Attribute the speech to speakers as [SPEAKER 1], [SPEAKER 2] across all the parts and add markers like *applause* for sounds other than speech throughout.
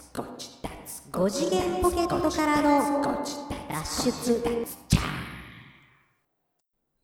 [SPEAKER 1] 5次元ポケットからの脱出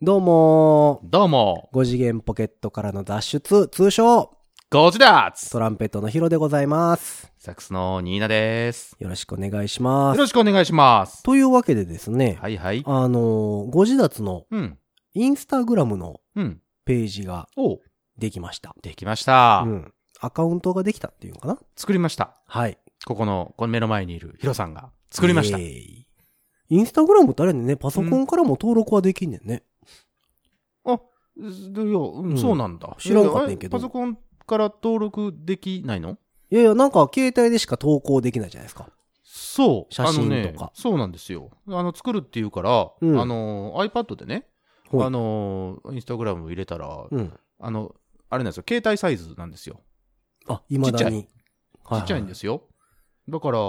[SPEAKER 2] どうも
[SPEAKER 3] どうも、
[SPEAKER 2] ー、5次元ポケットからの脱出、通称、
[SPEAKER 3] ゴジダーツ
[SPEAKER 2] トランペットのヒロでございます。
[SPEAKER 3] サックスのニーナです。
[SPEAKER 2] よろしくお願いし
[SPEAKER 3] よ
[SPEAKER 2] ます。
[SPEAKER 3] ろしくお願いします。
[SPEAKER 2] というわけでですね、
[SPEAKER 3] はいはい。
[SPEAKER 2] あのー、ご自脱の
[SPEAKER 3] うん、
[SPEAKER 2] インスタグラムの
[SPEAKER 3] うん。
[SPEAKER 2] ページが
[SPEAKER 3] おう
[SPEAKER 2] できました。
[SPEAKER 3] できました、
[SPEAKER 2] うん。アカウントができたっていうのかな
[SPEAKER 3] 作りました。
[SPEAKER 2] はい。
[SPEAKER 3] ここの、この目の前にいるヒロさんが作りました
[SPEAKER 2] イエ。ーイインスタグラムってあれやねんね、パソコンからも登録はできんねんね。
[SPEAKER 3] あ、いや、うん
[SPEAKER 2] うん
[SPEAKER 3] そうなんだ。
[SPEAKER 2] 知らんかったんやけど
[SPEAKER 3] えあれパソコンから登録できないの
[SPEAKER 2] いやいや、なんか携帯でしか投稿できないじゃないですか。
[SPEAKER 3] そう。
[SPEAKER 2] 写真
[SPEAKER 3] あのね
[SPEAKER 2] とか
[SPEAKER 3] そうなんですよ。あの、作るっていうから、
[SPEAKER 2] うん
[SPEAKER 3] あの、iPad でね、
[SPEAKER 2] ほい
[SPEAKER 3] あの、インスタグラム入れたら、
[SPEAKER 2] うん。
[SPEAKER 3] あの、あれなんですよ。携帯サイズなんですよ。
[SPEAKER 2] あ、未だに。。
[SPEAKER 3] ちっちゃいんですすよ。だから、い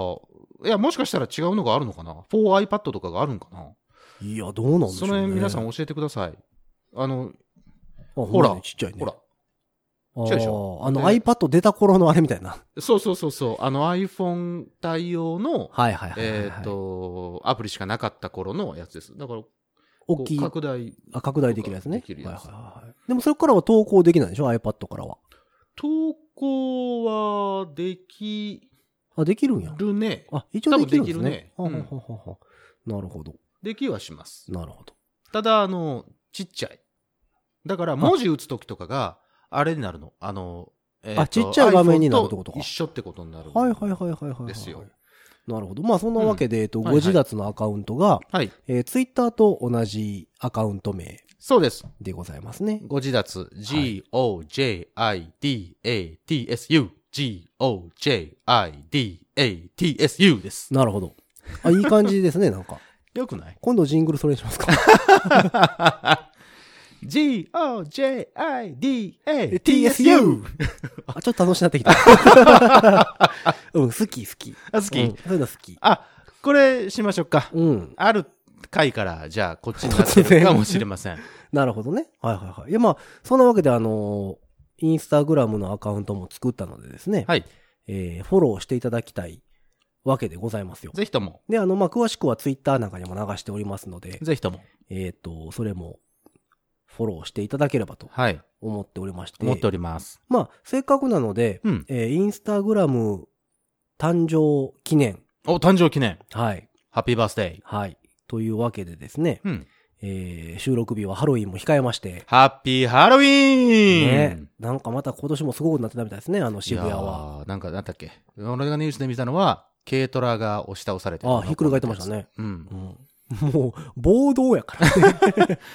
[SPEAKER 3] や、もしかしたら違うのがあるのかな ?4iPad とかがあるんかない
[SPEAKER 2] や、どうなんでしょ
[SPEAKER 3] そう
[SPEAKER 2] ね。
[SPEAKER 3] の辺皆さん教えてください。あの、
[SPEAKER 2] あ
[SPEAKER 3] ほら
[SPEAKER 2] ほんまにちっちゃいね。
[SPEAKER 3] ほら。、
[SPEAKER 2] あー
[SPEAKER 3] ちっちゃいでしょ
[SPEAKER 2] あの
[SPEAKER 3] で
[SPEAKER 2] iPad 出た頃のあれみたいな。
[SPEAKER 3] そうそうそうそう、あの iPhone 対応の、
[SPEAKER 2] はいはいはいはいはい。
[SPEAKER 3] えっ、と、アプリしかなかった頃のやつです。だから、
[SPEAKER 2] 大きい
[SPEAKER 3] こう、拡大、
[SPEAKER 2] あ拡大できるやつね。
[SPEAKER 3] できるやつ
[SPEAKER 2] はいはいはい。でもそれからは投稿できないでしょ ?iPad からは。
[SPEAKER 3] 投稿はでき
[SPEAKER 2] あ、できるんや。
[SPEAKER 3] るね。
[SPEAKER 2] あ、一応できるんですね。
[SPEAKER 3] 多分できるね
[SPEAKER 2] はははははなるほど。
[SPEAKER 3] できはします。
[SPEAKER 2] なるほど。
[SPEAKER 3] ただ、あの、ちっちゃい。だから、文字打つときとかが、あれになるの。あの、えと
[SPEAKER 2] あちっちゃい画面になるってことか
[SPEAKER 3] iPhone 一緒ってことになる。
[SPEAKER 2] はいはいはいはいはいはい。
[SPEAKER 3] ですよ。
[SPEAKER 2] なるほど。まあそんなわけで、えっと、
[SPEAKER 3] は
[SPEAKER 2] ご
[SPEAKER 3] いはい
[SPEAKER 2] 自立のアカウントが、
[SPEAKER 3] はい。
[SPEAKER 2] えー、Twitter と同じアカウント名
[SPEAKER 3] そうです。
[SPEAKER 2] でございますね。
[SPEAKER 3] ご自立。G-O-J-I-D-A-T-S-U。G-O-J-I-D-A-T-S-U です。
[SPEAKER 2] なるほど。あ、いい感じですね、なんか。
[SPEAKER 3] よくない
[SPEAKER 2] 今度ジングルそれにしますか
[SPEAKER 3] ?G-O-J-I-D-A-T-S-U!
[SPEAKER 2] あ、ちょっと楽しなってき
[SPEAKER 3] *laughs*
[SPEAKER 2] た。うん、好き好き。
[SPEAKER 3] あ、好き、
[SPEAKER 2] うんそういうの好き。
[SPEAKER 3] あ、これしましょうか。
[SPEAKER 2] うん。
[SPEAKER 3] ある回から、じゃあ、こっちになって
[SPEAKER 2] 突然
[SPEAKER 3] るかもしれません。
[SPEAKER 2] なるほどね。はいはいはい。いや、まあ、そんなわけで、あのーインスタグラムのアカウントも作ったのでですね、
[SPEAKER 3] はい。
[SPEAKER 2] えー、フォローしていただきたいわけでございますよ。
[SPEAKER 3] ぜひとも、
[SPEAKER 2] で、あの、まあ、詳しくはツイッターなんかにも流しておりますので、
[SPEAKER 3] ぜひとも、
[SPEAKER 2] えっ、と、それも、フォローしていただければと
[SPEAKER 3] はい、
[SPEAKER 2] 思っておりまして、
[SPEAKER 3] 思っております。
[SPEAKER 2] まあ、せっかくなので、
[SPEAKER 3] うん。
[SPEAKER 2] えーインスタグラム誕生記念、
[SPEAKER 3] お、誕生記念、
[SPEAKER 2] はい、
[SPEAKER 3] ハッピーバースデ
[SPEAKER 2] はい、というわけでですね、
[SPEAKER 3] ー。うん。
[SPEAKER 2] えー収録日はハロウィンも控えまして、
[SPEAKER 3] ハッピーハロウィーン
[SPEAKER 2] ね、なんかまた今年もすごくなってたみたいですね、あの渋谷は。
[SPEAKER 3] いやー。なんか、なんだっけ。俺がニュースで見たのは、軽トラが押し倒されて
[SPEAKER 2] ああ、ひっくり返ってました。ね。
[SPEAKER 3] うん
[SPEAKER 2] う。ん、もう、 *laughs* 暴動やからね。
[SPEAKER 3] *laughs*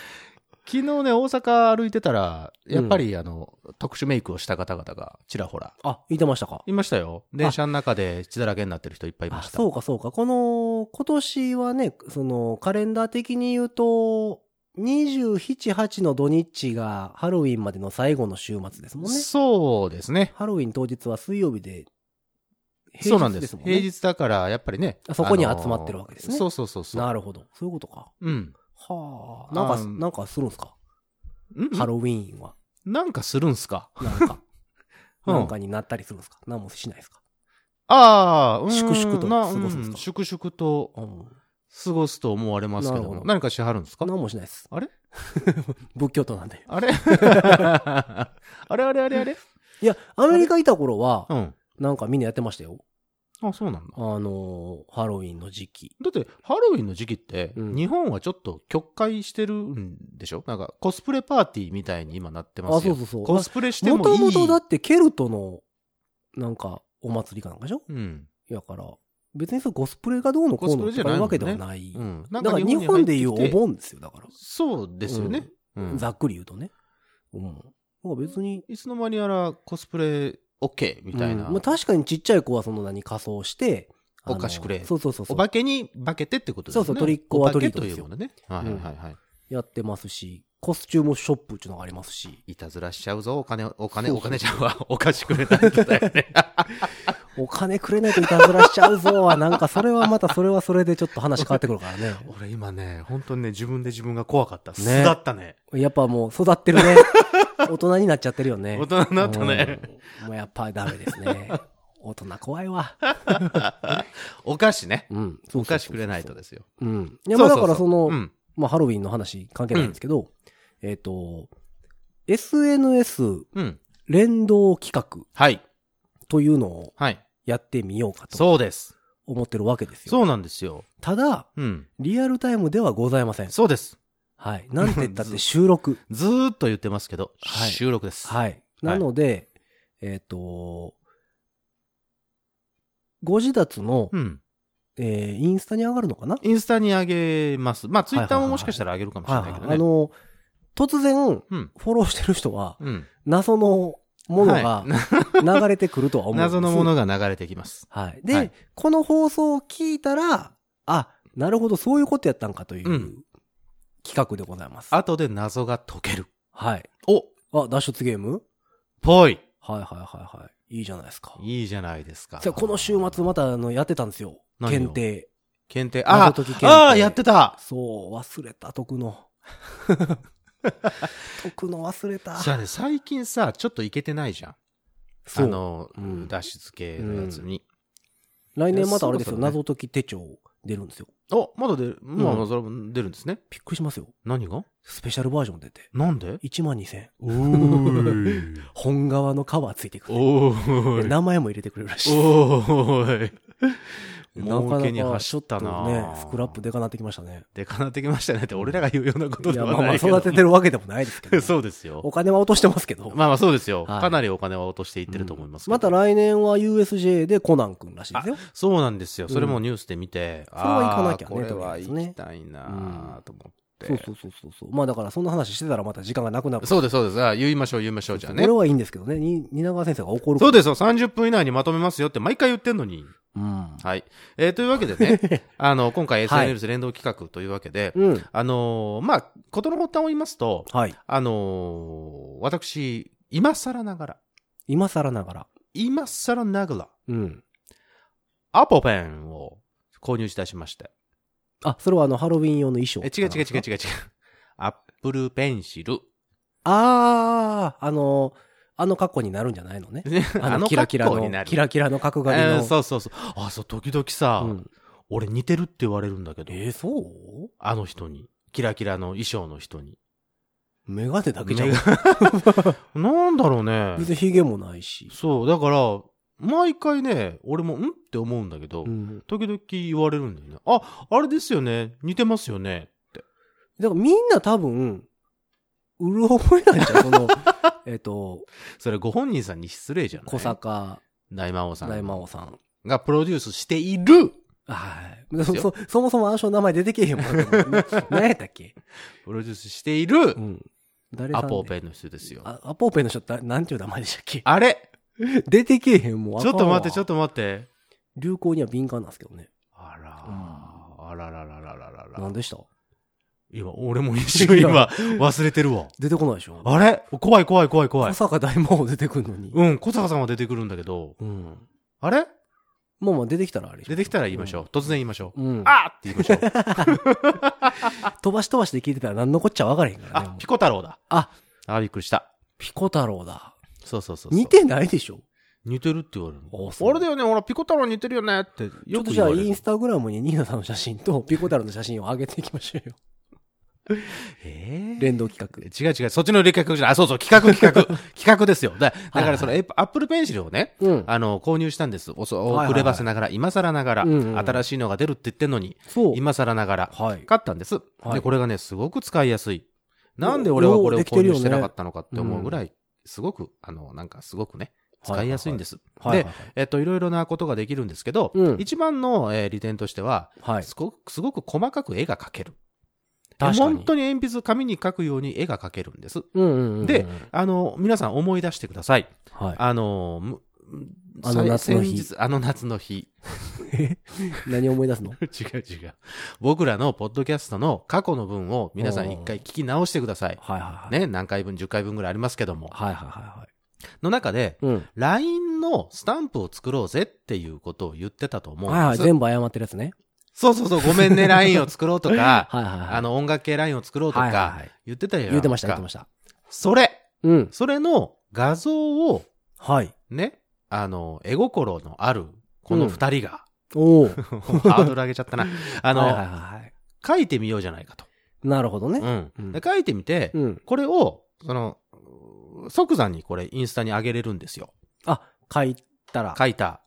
[SPEAKER 3] 昨日ね、大阪歩いてたら、やっぱり、あの、特殊メイクをした方々が、ちらほら。
[SPEAKER 2] あ、言ってましたか。
[SPEAKER 3] いましたよ。電車の中で血だらけになってる人いっぱいいま
[SPEAKER 2] あ
[SPEAKER 3] した。
[SPEAKER 2] そうかそうか。この、今年はね、その、カレンダー的に言うと、27、8の土日がハロウィンまでの最後の週末ですもんね。
[SPEAKER 3] そうですね。
[SPEAKER 2] ハロウィン当日は水曜日で、
[SPEAKER 3] そうなんです。
[SPEAKER 2] もんね
[SPEAKER 3] 平日だから、やっぱりね
[SPEAKER 2] あ。そこに集まってるわけですね
[SPEAKER 3] あのーそうそうそうそう。
[SPEAKER 2] なるほど。そういうことか。
[SPEAKER 3] うん。
[SPEAKER 2] はあ。なんか、
[SPEAKER 3] うん
[SPEAKER 2] なんかするんすか
[SPEAKER 3] うん
[SPEAKER 2] ハロウィーン
[SPEAKER 3] *laughs*
[SPEAKER 2] は。
[SPEAKER 3] なんかするんすか
[SPEAKER 2] なんか。
[SPEAKER 3] うん
[SPEAKER 2] なんかになったりするんですか何もしないですか
[SPEAKER 3] ああ、うーん
[SPEAKER 2] 粛々と
[SPEAKER 3] な
[SPEAKER 2] 過ごすんですか
[SPEAKER 3] うん粛々と
[SPEAKER 2] うん。
[SPEAKER 3] 過ごすと思われますけ
[SPEAKER 2] な
[SPEAKER 3] ど
[SPEAKER 2] るほ
[SPEAKER 3] も。
[SPEAKER 2] ど
[SPEAKER 3] 何かしはるんですか
[SPEAKER 2] 何もしないです。
[SPEAKER 3] あれ
[SPEAKER 2] *laughs* 仏教徒なんで。
[SPEAKER 3] あれ *laughs* あれあれあれあれ
[SPEAKER 2] いや、アメリカいた頃は、
[SPEAKER 3] うん。
[SPEAKER 2] なんかみんなやってましたよ。
[SPEAKER 3] あ、そうなんだ。
[SPEAKER 2] あのーハロウィンの時期。
[SPEAKER 3] だって、ハロウィンの時期って、
[SPEAKER 2] うん
[SPEAKER 3] 日本はちょっと曲解してるんでしょなんか、コスプレパーティーみたいに今なってま
[SPEAKER 2] あ、
[SPEAKER 3] す
[SPEAKER 2] そ
[SPEAKER 3] よ。
[SPEAKER 2] うそうそう。
[SPEAKER 3] コスプレして
[SPEAKER 2] も
[SPEAKER 3] もい
[SPEAKER 2] と
[SPEAKER 3] い。
[SPEAKER 2] もとだってケルトの、なんか、お祭りかなんかでしょ
[SPEAKER 3] うん。
[SPEAKER 2] やから、別にそれコスプレがどうのこうの
[SPEAKER 3] コ
[SPEAKER 2] と
[SPEAKER 3] スプレじゃ
[SPEAKER 2] か
[SPEAKER 3] ないいうも
[SPEAKER 2] わ
[SPEAKER 3] ん
[SPEAKER 2] け
[SPEAKER 3] ね
[SPEAKER 2] ではない。
[SPEAKER 3] うん。
[SPEAKER 2] だ
[SPEAKER 3] なん
[SPEAKER 2] から日本でいうお
[SPEAKER 3] 入ってきて。
[SPEAKER 2] 盆ですよ、だから。
[SPEAKER 3] そうですよね。うん
[SPEAKER 2] ざっくり言うとね。うん。まあ別に。
[SPEAKER 3] いつの間にやらコスプレ OK みたいな。
[SPEAKER 2] うんまあ確かにちっちゃい子はその何仮装して。あの
[SPEAKER 3] お菓子くれ
[SPEAKER 2] そうそうそうそう。
[SPEAKER 3] お化けに化けてってことですね。
[SPEAKER 2] そうそうトリックオアトリート
[SPEAKER 3] お化
[SPEAKER 2] です
[SPEAKER 3] けという
[SPEAKER 2] よ
[SPEAKER 3] ものね。はいはいはいはい。
[SPEAKER 2] やってますし、コスチュームショップっていうのがありますし、
[SPEAKER 3] いたずらしちゃうぞ、お金、お金、
[SPEAKER 2] そう
[SPEAKER 3] お金ちゃうわ。お菓子くれたんだよ
[SPEAKER 2] *laughs*
[SPEAKER 3] ね。
[SPEAKER 2] お金くれないといたずらしちゃうぞ *laughs* は、なんかそれはまたそれはそれでちょっと話変わってくるからね。
[SPEAKER 3] 俺今ね、本当にね、自分で自分が怖かった。
[SPEAKER 2] ね
[SPEAKER 3] 素だったね。 *laughs*
[SPEAKER 2] やっぱもう育ってるね。大人になっちゃってるよね。
[SPEAKER 3] 大人になったね。
[SPEAKER 2] うん。もうやっぱダメですね。大人怖いわ。
[SPEAKER 3] お菓子ね。
[SPEAKER 2] うん。そうそうそうそう
[SPEAKER 3] お菓子くれないと。ですよ。
[SPEAKER 2] うん。いや、まあ
[SPEAKER 3] そ
[SPEAKER 2] だ
[SPEAKER 3] う
[SPEAKER 2] からその、
[SPEAKER 3] ううん。
[SPEAKER 2] まあハロウィンの話関係ないんですけど、えっと、SNS
[SPEAKER 3] うん。
[SPEAKER 2] 連動企画
[SPEAKER 3] はい。
[SPEAKER 2] というのを
[SPEAKER 3] はい。
[SPEAKER 2] やってみようかと
[SPEAKER 3] そうです。
[SPEAKER 2] 思ってるわけですよ。
[SPEAKER 3] そうなんですよ。
[SPEAKER 2] ただ、
[SPEAKER 3] うん。
[SPEAKER 2] リアルタイムではございません。
[SPEAKER 3] そうです。
[SPEAKER 2] はい。なんて言ったって収
[SPEAKER 3] *laughs*
[SPEAKER 2] 録。
[SPEAKER 3] ずーっと言ってますけど、
[SPEAKER 2] はい
[SPEAKER 3] 収録です。
[SPEAKER 2] はい。なので、えっ、と、ご自立の、
[SPEAKER 3] うん。
[SPEAKER 2] えーインスタに上がるのかな
[SPEAKER 3] インスタにあげます。まあ、ツイッター
[SPEAKER 2] はいはいは
[SPEAKER 3] も
[SPEAKER 2] い
[SPEAKER 3] もしかしたらあげるかもしれ
[SPEAKER 2] は
[SPEAKER 3] ないい
[SPEAKER 2] は
[SPEAKER 3] け
[SPEAKER 2] い
[SPEAKER 3] ど
[SPEAKER 2] あ
[SPEAKER 3] ね。
[SPEAKER 2] の、突然、
[SPEAKER 3] うん。
[SPEAKER 2] フォローしてる人は、
[SPEAKER 3] うん。
[SPEAKER 2] 謎のものが
[SPEAKER 3] は
[SPEAKER 2] *laughs* 流れてくるとは思
[SPEAKER 3] い
[SPEAKER 2] うんです。
[SPEAKER 3] 謎のものが流れてきます。
[SPEAKER 2] はい。で、
[SPEAKER 3] はい
[SPEAKER 2] この放送を聞いたら、あ、なるほど、そういうことやったんかという
[SPEAKER 3] うん
[SPEAKER 2] 企画でございます。
[SPEAKER 3] 後で謎が解ける。
[SPEAKER 2] はい。
[SPEAKER 3] お
[SPEAKER 2] あ、脱出ゲーム
[SPEAKER 3] ぽい
[SPEAKER 2] はいはいはいはい。いいじゃないですか。
[SPEAKER 3] いいじゃないですか。
[SPEAKER 2] じゃあこの週末またあのやってたんですよ。
[SPEAKER 3] 何を
[SPEAKER 2] 検定。
[SPEAKER 3] 検定。あ
[SPEAKER 2] 謎
[SPEAKER 3] あ
[SPEAKER 2] 解き検定
[SPEAKER 3] ああやってた
[SPEAKER 2] そう、忘れた、徳
[SPEAKER 3] *laughs*
[SPEAKER 2] の。徳の忘れた。
[SPEAKER 3] じゃあね、最近さ、ちょっといけてないじゃん。あ
[SPEAKER 2] そう
[SPEAKER 3] の
[SPEAKER 2] う、ん
[SPEAKER 3] 脱出系のやつに。
[SPEAKER 2] 来年またあれです
[SPEAKER 3] そ
[SPEAKER 2] よ、
[SPEAKER 3] ろそろね
[SPEAKER 2] 謎解き手帳出るんですよ。
[SPEAKER 3] お、まだ出る。まあ、それも出るんですね。
[SPEAKER 2] びっくりしますよ。
[SPEAKER 3] 何が
[SPEAKER 2] スペシャルバージョン出て。
[SPEAKER 3] なんで
[SPEAKER 2] 1万2000。
[SPEAKER 3] おーい。
[SPEAKER 2] 本側のカバーついてくる。
[SPEAKER 3] お
[SPEAKER 2] で
[SPEAKER 3] ーい。
[SPEAKER 2] 名前も入れてくれるらしい。
[SPEAKER 3] おーい。
[SPEAKER 2] *laughs* なか
[SPEAKER 3] 儲けに
[SPEAKER 2] なか
[SPEAKER 3] 走
[SPEAKER 2] ちょ
[SPEAKER 3] っ
[SPEAKER 2] っと
[SPEAKER 3] たな
[SPEAKER 2] ね、スクラップでかなってきましたね。
[SPEAKER 3] でかなってきましたねって、俺らが言うようなこと
[SPEAKER 2] い
[SPEAKER 3] で
[SPEAKER 2] や、
[SPEAKER 3] は
[SPEAKER 2] まあま
[SPEAKER 3] な
[SPEAKER 2] あ
[SPEAKER 3] いけど。
[SPEAKER 2] 育ててるわけでもないですけどね、
[SPEAKER 3] *laughs* そうですよ
[SPEAKER 2] お。金は落としてますけど。
[SPEAKER 3] まあまあそうですよ。
[SPEAKER 2] はい
[SPEAKER 3] かなりお金は落としていってると思いますけど。
[SPEAKER 2] また来年は USJ でコナン君らしいですよ。
[SPEAKER 3] そうなんですよ。それもニュースで見て、
[SPEAKER 2] んそれは行かなきゃね
[SPEAKER 3] あーこれは
[SPEAKER 2] とりあえずね
[SPEAKER 3] 行きたいなと思って。
[SPEAKER 2] そうそうそうそうそう。まあだからそんな話してたらまた時間がなくなる。
[SPEAKER 3] そうです、そうです。あ言いましょう、言いましょう、じゃあね
[SPEAKER 2] これ。はいいんですけどね。に蜷川先生が怒るか
[SPEAKER 3] そ
[SPEAKER 2] ら
[SPEAKER 3] うですよ、30分以内にまとめますよって毎回言ってんのに。
[SPEAKER 2] うん。
[SPEAKER 3] はい。えーというわけでね、
[SPEAKER 2] *laughs*
[SPEAKER 3] あの、今回
[SPEAKER 2] はい
[SPEAKER 3] SNS 連動企画というわけで、
[SPEAKER 2] うん。
[SPEAKER 3] あのーまあ、ことの発端を言いますと、
[SPEAKER 2] はい。
[SPEAKER 3] あのー私、今更ながら、
[SPEAKER 2] 今更ながら。
[SPEAKER 3] 今更ながら、
[SPEAKER 2] うん。
[SPEAKER 3] アポペンを購入いたしまして。
[SPEAKER 2] あ、それはあの、ハロウィン用の衣装。
[SPEAKER 3] え、違う違う違う
[SPEAKER 2] う。
[SPEAKER 3] 違う違う。 *laughs* アップルペン
[SPEAKER 2] *laughs*
[SPEAKER 3] シル。
[SPEAKER 2] あー、あの、あの格好になるんじゃないのね。
[SPEAKER 3] *laughs* あの
[SPEAKER 2] キラキラ
[SPEAKER 3] 格好にな
[SPEAKER 2] の、
[SPEAKER 3] る
[SPEAKER 2] キラキラの角刈り
[SPEAKER 3] え
[SPEAKER 2] の。
[SPEAKER 3] ーそうそうそう。あ、そう、時々さ、
[SPEAKER 2] うん
[SPEAKER 3] 俺似てるって言われるんだけど、
[SPEAKER 2] えーそう
[SPEAKER 3] あの人に。キラキラの衣装の人に。
[SPEAKER 2] メガネだけじゃん
[SPEAKER 3] メ。なんだろうね。
[SPEAKER 2] 別にヒゲもないし。
[SPEAKER 3] そう、だから、毎回ね、俺も、んって思うんだけど、
[SPEAKER 2] うん。
[SPEAKER 3] 時々言われるんだよね。あ、あれですよね。似てますよね。
[SPEAKER 2] だからみんな多分、うる覚えなんじゃん。そ
[SPEAKER 3] *laughs*
[SPEAKER 2] の、えっと、
[SPEAKER 3] それご本人さんに失礼じゃない
[SPEAKER 2] 小坂
[SPEAKER 3] 大魔王さ
[SPEAKER 2] 大
[SPEAKER 3] ん
[SPEAKER 2] 魔王さん。
[SPEAKER 3] がプロデュースしている
[SPEAKER 2] はい。そ、そ、そもそもあの人の名前出てけえへんも
[SPEAKER 3] *laughs*
[SPEAKER 2] ん。な何やったっけ
[SPEAKER 3] プロデュースしている
[SPEAKER 2] うん。誰さん
[SPEAKER 3] ア
[SPEAKER 2] で
[SPEAKER 3] ポーペンの人ですよ。
[SPEAKER 2] あアポーペの人ってなんていう名前でしたっけ
[SPEAKER 3] あれ
[SPEAKER 2] 出てけえへんもん。
[SPEAKER 3] ちょっと待って、ちょっ
[SPEAKER 2] と。
[SPEAKER 3] と待って。
[SPEAKER 2] 流行には敏感なんですけどね。
[SPEAKER 3] あら、あららららららら
[SPEAKER 2] 何でした
[SPEAKER 3] 今、俺も一瞬
[SPEAKER 2] いや
[SPEAKER 3] 今、忘れてるわ。
[SPEAKER 2] 出てこないでしょ
[SPEAKER 3] あれ怖い怖い怖い怖
[SPEAKER 2] 小
[SPEAKER 3] い。
[SPEAKER 2] 坂大魔王出てくるのに。
[SPEAKER 3] うん、小坂さんは出てくるんだけど、
[SPEAKER 2] うん。
[SPEAKER 3] あれ
[SPEAKER 2] まあまあ出てきたらあれでしょ
[SPEAKER 3] 出てきたら言いましょう。突然言いましょう。
[SPEAKER 2] うん。
[SPEAKER 3] あーって言いまし
[SPEAKER 2] *laughs*
[SPEAKER 3] ょう。
[SPEAKER 2] 飛ばし飛ばしで聞いてたら何のこっちゃわからへんからね。
[SPEAKER 3] あ
[SPEAKER 2] も、う
[SPEAKER 3] ピコ太郎だ。
[SPEAKER 2] あ、
[SPEAKER 3] あー、びっくりした。
[SPEAKER 2] ピコ太郎だ。
[SPEAKER 3] そうそうそうそう。
[SPEAKER 2] 似てないでしょ
[SPEAKER 3] 似てるって言われるの
[SPEAKER 2] あそう
[SPEAKER 3] あれだよね、ほら、ピコ太郎似てるよねっ
[SPEAKER 2] ちょっ
[SPEAKER 3] て、よく
[SPEAKER 2] と
[SPEAKER 3] 言
[SPEAKER 2] じゃ
[SPEAKER 3] わ
[SPEAKER 2] あ
[SPEAKER 3] れる。
[SPEAKER 2] インスタグラムにニーナさんの写真
[SPEAKER 3] *laughs*
[SPEAKER 2] とピコ太郎の写真を上げていきましょうよ。
[SPEAKER 3] えー
[SPEAKER 2] 連動企画。
[SPEAKER 3] 違う違う、そっちの連絡じゃない。あ、そうそう、企画企画。
[SPEAKER 2] *laughs*
[SPEAKER 3] 企画ですよ。だだからその、えアップルペンシルをね、
[SPEAKER 2] うん。
[SPEAKER 3] あの、購入したんです。おそ、
[SPEAKER 2] はいはい
[SPEAKER 3] 遅ればせながら、今更ながら、
[SPEAKER 2] うんうん
[SPEAKER 3] 新しいのが出るって言ってんのに、
[SPEAKER 2] そう。
[SPEAKER 3] 今更ながら、
[SPEAKER 2] はい。
[SPEAKER 3] 買ったんです。
[SPEAKER 2] はい
[SPEAKER 3] で、これがね、すごく使いやすい。なんで俺はこれを購入してなかったのかって思うぐらい、すごく、あの、なんかすごくね、使いやすいんです。
[SPEAKER 2] はい
[SPEAKER 3] で、えっと、いろいろなことができるんですけど、
[SPEAKER 2] うん
[SPEAKER 3] 一番の、えー利点としては、
[SPEAKER 2] はい。
[SPEAKER 3] すごく、すごく細かく絵が描ける。
[SPEAKER 2] 確かに
[SPEAKER 3] 本当に鉛筆、紙に描くように絵が描けるんです。
[SPEAKER 2] うんうんうんうん。
[SPEAKER 3] で、あの、皆さん思い出してください。
[SPEAKER 2] はい。
[SPEAKER 3] あの、む
[SPEAKER 2] あの夏の日
[SPEAKER 3] 先日あの夏の日。
[SPEAKER 2] 何思い出すの
[SPEAKER 3] *laughs* 違う違う。僕らのポッドキャストの過去の分を皆さん一回聞き直してください。
[SPEAKER 2] はいはいはい。。
[SPEAKER 3] ね、何回分、10回分ぐらいありますけども。
[SPEAKER 2] はいはいは
[SPEAKER 3] の中で、
[SPEAKER 2] いはい。うん。
[SPEAKER 3] LINE のスタンプを作ろうぜっていうことを言ってたと思うんです。
[SPEAKER 2] はいはい。全部謝ってるやつね。
[SPEAKER 3] そうそうそう、ごめ
[SPEAKER 2] *laughs*
[SPEAKER 3] んね、LINE を作ろうとか、
[SPEAKER 2] はいはいはい。
[SPEAKER 3] あの、音楽系 LINE を作ろうと
[SPEAKER 2] はいはいは
[SPEAKER 3] か
[SPEAKER 2] い、
[SPEAKER 3] 言ってたよ。
[SPEAKER 2] 言ってました言ってま
[SPEAKER 3] し
[SPEAKER 2] した。
[SPEAKER 3] た。それ
[SPEAKER 2] うん。
[SPEAKER 3] それの画像を、
[SPEAKER 2] はい。
[SPEAKER 3] ね、あの、絵心のある、この二人が、 *laughs*
[SPEAKER 2] おお。
[SPEAKER 3] ハードル上げちゃったな。あの、
[SPEAKER 2] *laughs* はいはいはいはい。
[SPEAKER 3] 書いてみようじゃないかと。
[SPEAKER 2] なるほどね。
[SPEAKER 3] う
[SPEAKER 2] うん
[SPEAKER 3] ん。で書いてみて、
[SPEAKER 2] うん。
[SPEAKER 3] これを、その、即座にこれインスタに上げれるんですよ。
[SPEAKER 2] あ、書いたら。
[SPEAKER 3] 書いた、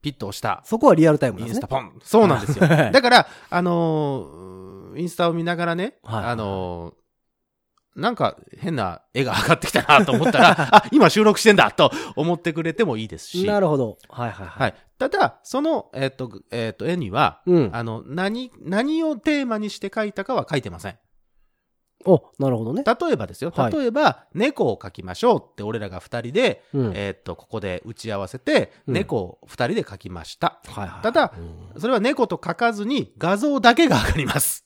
[SPEAKER 3] ピッと押した、
[SPEAKER 2] そこはリアルタイム
[SPEAKER 3] イ
[SPEAKER 2] なん
[SPEAKER 3] ン
[SPEAKER 2] で
[SPEAKER 3] ス
[SPEAKER 2] す
[SPEAKER 3] タ
[SPEAKER 2] ね。
[SPEAKER 3] ポン。そうなんですよ。
[SPEAKER 2] はい
[SPEAKER 3] だから、あのーインスタを見ながらね、
[SPEAKER 2] はい
[SPEAKER 3] あのーなんか変な絵が上がってきたなと思ったら、 *laughs* あ、今収録してんだと思ってくれてもいいですし。
[SPEAKER 2] なるほど。はいはいは。
[SPEAKER 3] はいい。ただ、その、えっ、と、えっ、と、絵には、
[SPEAKER 2] うん。
[SPEAKER 3] あの、何、何をテーマにして描いたかは書いてません。
[SPEAKER 2] お、なるほどね。
[SPEAKER 3] 例えばですよ。
[SPEAKER 2] はい
[SPEAKER 3] 例えば、猫を描きましょうって俺らが二人で、
[SPEAKER 2] うん。
[SPEAKER 3] えっ、と、ここで打ち合わせて、
[SPEAKER 2] うん
[SPEAKER 3] 猫を二人で描きました。
[SPEAKER 2] はいはい。
[SPEAKER 3] ただ
[SPEAKER 2] うん、
[SPEAKER 3] それは猫と書かずに画像だけが上がります。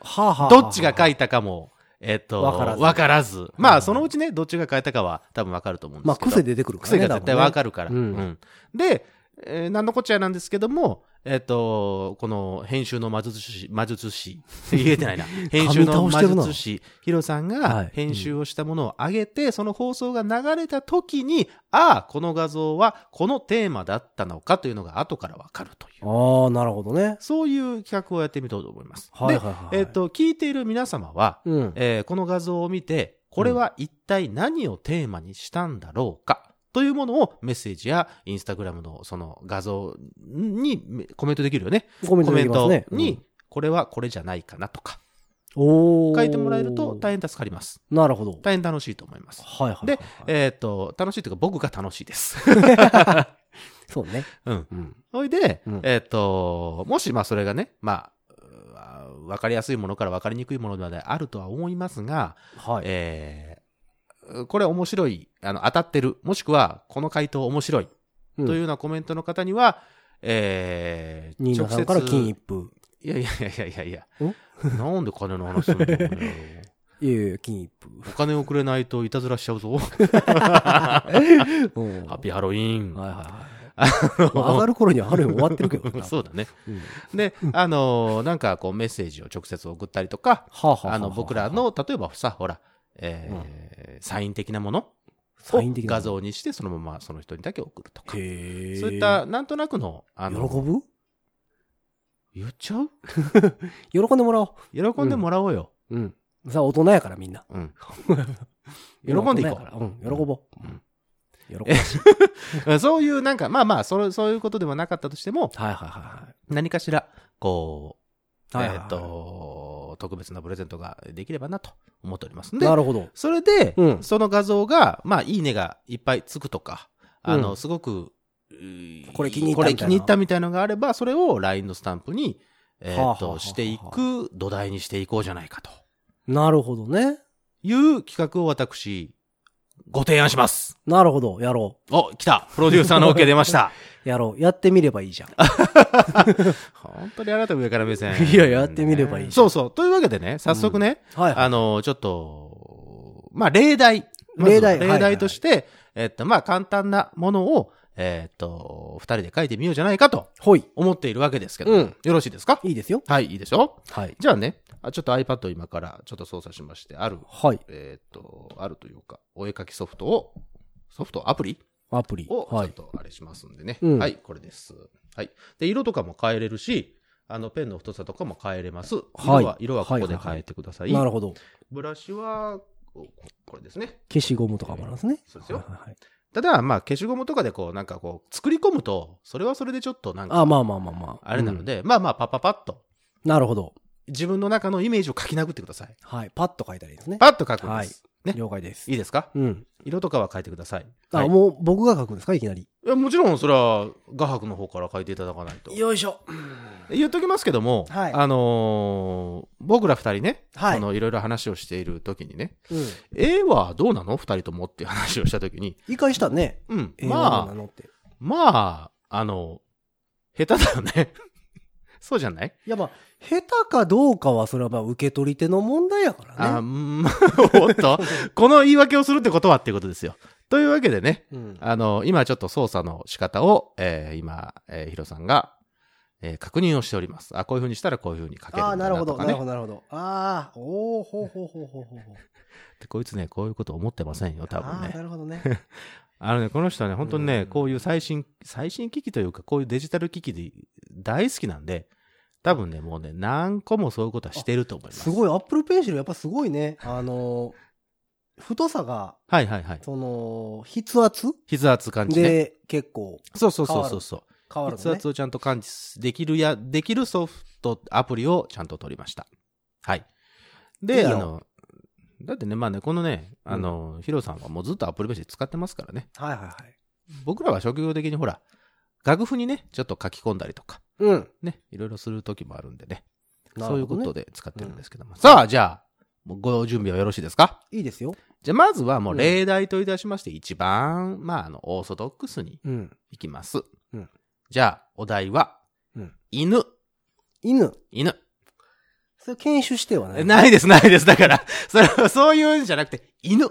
[SPEAKER 2] はあはあはあ
[SPEAKER 3] どっちが書いたかも、えっ、と、
[SPEAKER 2] わからず
[SPEAKER 3] わからず。まあ、そのうちね、どっちが書いたかは多分わかると思うんで
[SPEAKER 2] ますあ、
[SPEAKER 3] けど。
[SPEAKER 2] 癖出てくるからね。
[SPEAKER 3] 癖が絶対わかるから。
[SPEAKER 2] 多分ね
[SPEAKER 3] うんで、えー、なんのこっちゃなんですけども、えっ、と、この編集の魔術師、魔術師、 *laughs* 言え
[SPEAKER 2] *laughs*
[SPEAKER 3] てないな。編集の
[SPEAKER 2] 噛み倒
[SPEAKER 3] 魔
[SPEAKER 2] してるな
[SPEAKER 3] 術師、ヒロさん
[SPEAKER 2] は
[SPEAKER 3] が
[SPEAKER 2] い
[SPEAKER 3] 編集をしたものを上げて、その放送が流れた時に、ああ、この画像はこのテーマだったのかというのが後からわかるという。
[SPEAKER 2] ああ、なるほどね。
[SPEAKER 3] そういう企画をやってみたいと思います。
[SPEAKER 2] はいはいはい。
[SPEAKER 3] で、えっ、、と、聞いている皆様は、
[SPEAKER 2] うん。
[SPEAKER 3] えーこの画像を見て、これは一体何をテーマにしたんだろうか、というものをメッセージやインスタグラムのその画像にめコメントできるよね。
[SPEAKER 2] コメン
[SPEAKER 3] コ
[SPEAKER 2] トでき
[SPEAKER 3] メン
[SPEAKER 2] ます
[SPEAKER 3] ト
[SPEAKER 2] ね。
[SPEAKER 3] に、これはこれじゃないかなとか、
[SPEAKER 2] うん、おー
[SPEAKER 3] 書いてもらえると大変助かります。
[SPEAKER 2] なるほど。
[SPEAKER 3] 大変楽しいと思います。
[SPEAKER 2] はいはいはい。
[SPEAKER 3] で、えっ、と、楽しいというか僕が楽しい
[SPEAKER 2] *laughs*
[SPEAKER 3] です。
[SPEAKER 2] そうね。
[SPEAKER 3] うん。
[SPEAKER 2] うん。
[SPEAKER 3] それで、
[SPEAKER 2] うん
[SPEAKER 3] えっ、と、もしまあそれがね、まあ、うーわかりやすいものからわかりにくいものまであるとは思いますが、
[SPEAKER 2] はい。
[SPEAKER 3] えーこれ面白い、あの、当たってる、もしくは、この回答面白い、と
[SPEAKER 2] うん
[SPEAKER 3] いうようなコメントの方には、えー
[SPEAKER 2] 新
[SPEAKER 3] 直
[SPEAKER 2] 潟さ
[SPEAKER 3] 接、
[SPEAKER 2] んから金一封。
[SPEAKER 3] いやいやいやいやいや、 *laughs* なんで金の *laughs* 話するんだろうね
[SPEAKER 2] いやいや、金一
[SPEAKER 3] *laughs* お金をくれないといたずらしちゃうぞ。
[SPEAKER 2] 封。うん。
[SPEAKER 3] ハッピーハロウィーン。
[SPEAKER 2] はいはいはい。まあ上がる頃にはハロウィン終わってるけどな
[SPEAKER 3] *laughs* そうだね。
[SPEAKER 2] うんは
[SPEAKER 3] で、あのーなんかこうメッセージを直接送ったりとか、
[SPEAKER 2] あははは
[SPEAKER 3] あの、僕ら、の、例えばさ、ほら、えーサイン的なもの
[SPEAKER 2] サ
[SPEAKER 3] を
[SPEAKER 2] イン的な
[SPEAKER 3] 画。像にして、そのままその人にだけ送るとか。
[SPEAKER 2] へえ。
[SPEAKER 3] そういっ。た、なんとなくの、あ
[SPEAKER 2] 喜
[SPEAKER 3] の、
[SPEAKER 2] ぶ
[SPEAKER 3] 言っちゃう
[SPEAKER 2] 喜んでもらおう。
[SPEAKER 3] 喜んでもらおうよ。
[SPEAKER 2] うん。さあ、大人やからみんな。
[SPEAKER 3] うん。喜んでいこう
[SPEAKER 2] うん、喜ぼう。
[SPEAKER 3] うん
[SPEAKER 2] 喜ぼう。はい
[SPEAKER 3] そういう、なん *laughs* か、まあまあ、そう、そういうことではなかったとしても、
[SPEAKER 2] はいは
[SPEAKER 3] 何かしら、こう、
[SPEAKER 2] いはい。
[SPEAKER 3] えっと、特別なプレゼントができればなと思っておりますんで
[SPEAKER 2] な、るほど。
[SPEAKER 3] それで
[SPEAKER 2] う、ん
[SPEAKER 3] その画像が、まあ、いいねがいっぱいつくとか、あ
[SPEAKER 2] う
[SPEAKER 3] の、
[SPEAKER 2] ん
[SPEAKER 3] すごく、うー
[SPEAKER 2] これ気に入った
[SPEAKER 3] これ
[SPEAKER 2] みた
[SPEAKER 3] 気
[SPEAKER 2] いな
[SPEAKER 3] に入ったみたいなのがあれば、それを LINE のスタンプに、え
[SPEAKER 2] はあは
[SPEAKER 3] っ
[SPEAKER 2] あはあは
[SPEAKER 3] と、
[SPEAKER 2] あ
[SPEAKER 3] していく土台にしていこうじゃないかと。
[SPEAKER 2] なるほどね。
[SPEAKER 3] いう企画を私、ご提案します。
[SPEAKER 2] なるほど。やろ
[SPEAKER 3] お、来た。プロデューサーの OK 出ました。
[SPEAKER 2] う。やろう。やってみればいいじゃん。
[SPEAKER 3] *laughs* 本当にあなた上から目線。
[SPEAKER 2] いややってみればいい
[SPEAKER 3] ねそうそう。というわけでね、早速ね、
[SPEAKER 2] はいは
[SPEAKER 3] あ
[SPEAKER 2] い。
[SPEAKER 3] の、ちょっと、まあ、例題。まず
[SPEAKER 2] 例題
[SPEAKER 3] 例題として、えっと、まあ、簡単なものを、えっと、二人で書いてみようじゃないかと
[SPEAKER 2] ほい。
[SPEAKER 3] 思っているわけですけど、
[SPEAKER 2] うん
[SPEAKER 3] よろしいですか
[SPEAKER 2] いいですよ。
[SPEAKER 3] はい、いいでしょ
[SPEAKER 2] はい。
[SPEAKER 3] じゃあね、あちょっと iPad を今からちょっと操作しまして、ある、
[SPEAKER 2] はい。
[SPEAKER 3] えっと、あるというか、お絵描きソフトを、ソフト、アプリ
[SPEAKER 2] アプリ。
[SPEAKER 3] をちょ
[SPEAKER 2] は
[SPEAKER 3] っ
[SPEAKER 2] い。
[SPEAKER 3] とあれしますんでね。
[SPEAKER 2] うん
[SPEAKER 3] はい、これです。はい。で、色とかも変えれるし、あの、ペンの太さとかも変えれます。
[SPEAKER 2] はい
[SPEAKER 3] 色は、色はここ
[SPEAKER 2] はい
[SPEAKER 3] で
[SPEAKER 2] はいはい
[SPEAKER 3] 変えてください。
[SPEAKER 2] なるほど。
[SPEAKER 3] ブラシは、ここれですね。
[SPEAKER 2] 消しゴムとかもあるんですね。
[SPEAKER 3] そうですよ
[SPEAKER 2] はいはいはい
[SPEAKER 3] ただ、まあ、消しゴムとかでこう、なんかこう、作り込むと、それはそれでちょっとなんか、
[SPEAKER 2] あ、まあまあまあまあ。
[SPEAKER 3] あれなので、まあまあ、パッパパッと、
[SPEAKER 2] うん。なるほど。
[SPEAKER 3] 自分の中のイメージを書き殴ってください。
[SPEAKER 2] はい。パッと書いたらいいですね。
[SPEAKER 3] パッと書くんです。ね。
[SPEAKER 2] 了解です。
[SPEAKER 3] いいですか
[SPEAKER 2] うん。
[SPEAKER 3] 色とかは変えてください。は
[SPEAKER 2] あ、
[SPEAKER 3] い
[SPEAKER 2] もう僕が書くんですかいきなり。
[SPEAKER 3] いやもちろん、それは、画伯の方から書いていただかないと。
[SPEAKER 2] よいしょ。
[SPEAKER 3] 言っときますけども、
[SPEAKER 2] はい
[SPEAKER 3] あのー僕ら二人ね、
[SPEAKER 2] はい
[SPEAKER 3] い、のいろいろ話をしている時にね、
[SPEAKER 2] うん。
[SPEAKER 3] 絵はどうなの二人ともっていう話をした時に、
[SPEAKER 2] 一回したね。
[SPEAKER 3] うん、
[SPEAKER 2] えーどうな
[SPEAKER 3] まあ、
[SPEAKER 2] のって。
[SPEAKER 3] まあ、あの、下手だよね。 *laughs* そうじゃない、
[SPEAKER 2] いやまあ、下手かどうかはそれはまあ受け取り手の問題やからね。
[SPEAKER 3] あうん、 *laughs* おっと、この言い訳をするってことはっていうことですよ。というわけでね、
[SPEAKER 2] うん。
[SPEAKER 3] あの、今ちょっと操作の仕方を、えー今、えーヒロさんが、えー確認をしております。あ、こういう風にしたらこういう風に書けるん
[SPEAKER 2] あ
[SPEAKER 3] だ
[SPEAKER 2] あ、
[SPEAKER 3] な
[SPEAKER 2] なるほ
[SPEAKER 3] と
[SPEAKER 2] ど、
[SPEAKER 3] か
[SPEAKER 2] なる
[SPEAKER 3] ね
[SPEAKER 2] ほ。ど、なるほど。ああ、おおほうほうほうほうほうほう。
[SPEAKER 3] でこいつね、こういうこと思ってませんよ、多分
[SPEAKER 2] あー
[SPEAKER 3] ね。
[SPEAKER 2] なるほど
[SPEAKER 3] *laughs*
[SPEAKER 2] ね。
[SPEAKER 3] あのね、この人はね、本当に
[SPEAKER 2] う
[SPEAKER 3] ね、
[SPEAKER 2] ん
[SPEAKER 3] こういう最新、最新機器というか、こういうデジタル機器で大好きなんで、多分ね、もうね、何個もそういうことはしてると思います。
[SPEAKER 2] すごい、アップルペンシルやっぱすごいね。あの、太さが、
[SPEAKER 3] はいはいはい。
[SPEAKER 2] その、筆圧
[SPEAKER 3] 筆圧感知ね。
[SPEAKER 2] で結構
[SPEAKER 3] そうそうそうそうそう。
[SPEAKER 2] 変わる
[SPEAKER 3] 筆
[SPEAKER 2] のね
[SPEAKER 3] 圧。をちゃんと感知できるや、できるソフト、アプリをちゃんと取りました。はい。
[SPEAKER 2] いい
[SPEAKER 3] で、
[SPEAKER 2] よ
[SPEAKER 3] あの、だってね、まあね、このね、あの、ヒロさんはもうずっとアップルページ使ってますからね。
[SPEAKER 2] はいはいはい。
[SPEAKER 3] 僕らは職業的にほら、楽譜にね、ちょっと書き込んだりとか、
[SPEAKER 2] うん。
[SPEAKER 3] ね、いろいろする時もあるんでね。
[SPEAKER 2] なるほどね
[SPEAKER 3] そういうことで使ってるんですけども。さあ、じゃあ、もうご準備はよろしいですか
[SPEAKER 2] いいですよ。
[SPEAKER 3] じゃあ、まずはもう
[SPEAKER 2] うん
[SPEAKER 3] 例題といたしまして、一番、まあ、あの、オーソドックスに
[SPEAKER 2] うん。
[SPEAKER 3] いきます。
[SPEAKER 2] うん
[SPEAKER 3] じゃあ、お題は、
[SPEAKER 2] うん
[SPEAKER 3] 犬、
[SPEAKER 2] 犬。
[SPEAKER 3] 犬。
[SPEAKER 2] それ犬種してはね。
[SPEAKER 3] ないです、ないです。だから、それはそういうんじゃなくて、犬。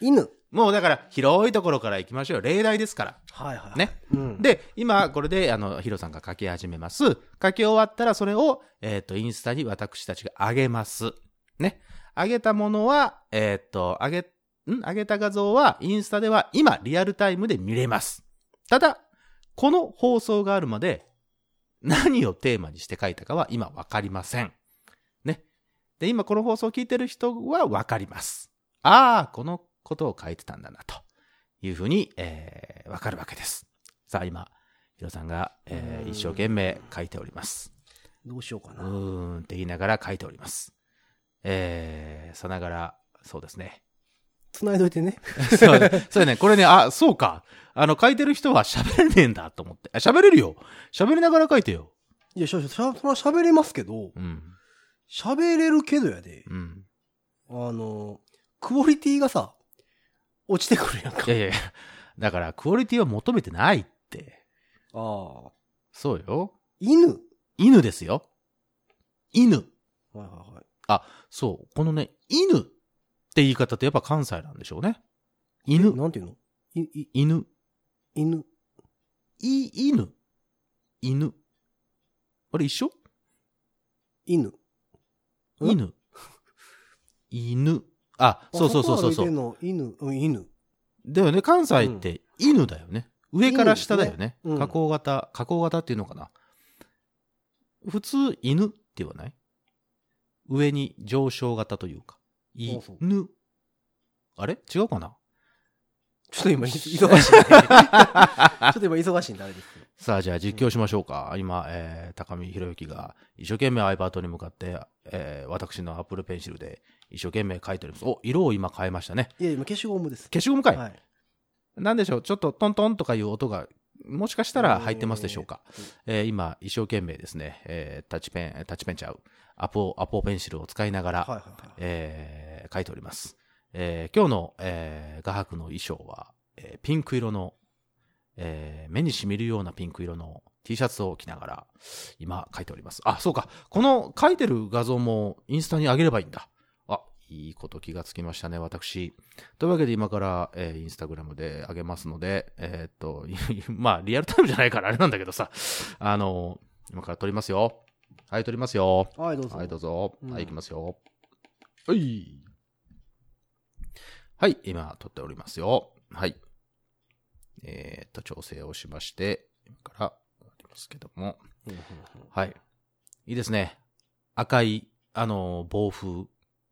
[SPEAKER 2] 犬。
[SPEAKER 3] もうだから、広いところから行きましょうよ。例題ですから。
[SPEAKER 2] はいはいはい。
[SPEAKER 3] ね。
[SPEAKER 2] うん。
[SPEAKER 3] で、今、これで、あの、ヒロさんが書き始めます。書き終わったら、それを、えっ、と、インスタに私たちが上げます。ね。上げたものは、えっ、と、上げ、ん上げた画像は、インスタでは今、リアルタイムで見れます。ただ、この放送があるまで、何をテーマにして書いたかは今わかりません。ね。で、今この放送を聞いてる人はわかります。ああ、このことを書いてたんだな、というふうに、えーわかるわけです。さあ、今、ヒロさんが、えー
[SPEAKER 2] うん
[SPEAKER 3] 一生懸命書いております。
[SPEAKER 2] どうしようか
[SPEAKER 3] う
[SPEAKER 2] な。
[SPEAKER 3] ーんって言いながら書いております。えー、さながら、そうですね。 *laughs*
[SPEAKER 2] 繋いどいてね。
[SPEAKER 3] そうね。そうね。これね、あ、そうか。あの、書いてる人は喋れねえんだと思って。あ喋れるよ。喋りながら書いてよ。
[SPEAKER 2] いや、しゃ、しゃ、しゃそら喋れますけど、
[SPEAKER 3] うん。
[SPEAKER 2] 喋れるけどやで、
[SPEAKER 3] うん。
[SPEAKER 2] あの、クオリティがさ、落ちてくるやんか
[SPEAKER 3] い。やいやいやだから、クオリティを求めてないって。
[SPEAKER 2] ああ。
[SPEAKER 3] そうよ。
[SPEAKER 2] 犬。はい
[SPEAKER 3] 犬ですよ。犬。
[SPEAKER 2] はいはい。
[SPEAKER 3] そう。このね、犬って言い方ってやっぱ関西なんでしょうね。犬。
[SPEAKER 2] なんていうのい、い、
[SPEAKER 3] 犬。
[SPEAKER 2] 犬。
[SPEAKER 3] い、犬。犬。あれ一緒
[SPEAKER 2] 犬。ん
[SPEAKER 3] 犬。犬。あ、そうそうそうそうそう。
[SPEAKER 2] う。犬。うん、犬。
[SPEAKER 3] だよね、関西って犬だよね。上から下だよね。
[SPEAKER 2] 犬ですねうん
[SPEAKER 3] 加工型、加工型っていうのかな。普通、犬って言わない上に上昇型というか。
[SPEAKER 2] あ
[SPEAKER 3] 犬
[SPEAKER 2] そう。
[SPEAKER 3] あれ違うかな
[SPEAKER 2] ちょっと今、
[SPEAKER 3] *laughs*
[SPEAKER 2] い忙しい、 *laughs* ね。ちょっと今、忙しいんであれですけど。
[SPEAKER 3] さあ、じゃあ実況しましょうか。今、えー、高見博之が一生懸命 iPad に向かって、えー、私の Apple Pencil で一生懸命書いております。お、色を今変えましたね。
[SPEAKER 2] いや、今、消しゴムです。
[SPEAKER 3] 消しゴムかい、
[SPEAKER 2] はい。
[SPEAKER 3] なんでしょうちょっとトントンとかいう音が、もしかしたら入ってますでしょうか、えー今、一生懸命ですね、えータッチペン、タッチペンちゃう、アポ、アポペンシルを使いながら、
[SPEAKER 2] はいはいはい。
[SPEAKER 3] えー書いております。えー今日の、えー画伯の衣装は、えーピンク色の、えー目にしみるようなピンク色の T シャツを着ながら、今書いております。あ、そうか。この書いてる画像もインスタに上げればいいんだ。あ、いいこと気がつきましたね、私。というわけで今から、えーインスタグラムで上げますので、えーっと、 *laughs* まあ、リアルタイムじゃないからあれなんだけどさ。あの、今から撮りますよ。はい、撮りますよ。
[SPEAKER 2] はい、どうぞ。
[SPEAKER 3] はい、どうぞ。
[SPEAKER 2] うん
[SPEAKER 3] はい、行きますよ。はい。はい、今、撮っておりますよ。はい。えーっと、調整をしまして、今から、やりますけども。
[SPEAKER 2] うんうん
[SPEAKER 3] はい。いいですね。赤い、あのー、暴風、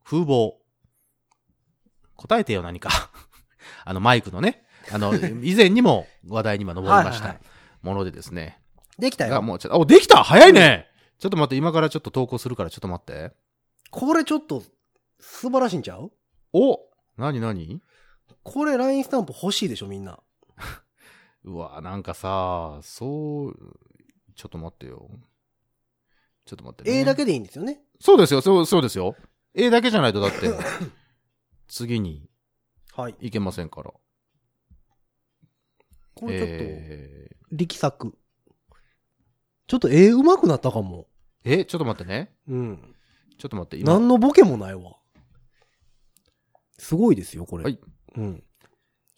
[SPEAKER 3] 風防。答えてよ、何か。 *laughs* あの、マイクのね、
[SPEAKER 2] *laughs*
[SPEAKER 3] あの、以前にも話題にも上りまし
[SPEAKER 2] はいはいは
[SPEAKER 3] たものでですね。
[SPEAKER 2] できた
[SPEAKER 3] が、
[SPEAKER 2] よ。
[SPEAKER 3] もうちょっと、お、できた早いね、ちょっと待って、今からちょっと投稿するから、ちょっと待って。
[SPEAKER 2] これちょっと、素晴らしいんちゃう
[SPEAKER 3] お何何
[SPEAKER 2] これ LINE スタンプ欲しいでしょ、みんな。
[SPEAKER 3] うわ、なんかさ、そう、ちょっと待ってよ。ちょっと待って、ね。
[SPEAKER 2] A だけでいいんですよね。
[SPEAKER 3] そうですよ、そう、そうですよ。A だけじゃないと、だ
[SPEAKER 2] *laughs*
[SPEAKER 3] って、次に
[SPEAKER 2] はい。
[SPEAKER 3] いけませんから。
[SPEAKER 2] これちょっと、
[SPEAKER 3] え
[SPEAKER 2] 力作。ちょっと絵上手くなったかも。
[SPEAKER 3] ーえ、ちょっと待ってね。
[SPEAKER 2] うん。
[SPEAKER 3] ちょっと待って、今。
[SPEAKER 2] 何のボケもないわ。すごいですよ、これ。
[SPEAKER 3] はい。
[SPEAKER 2] うん。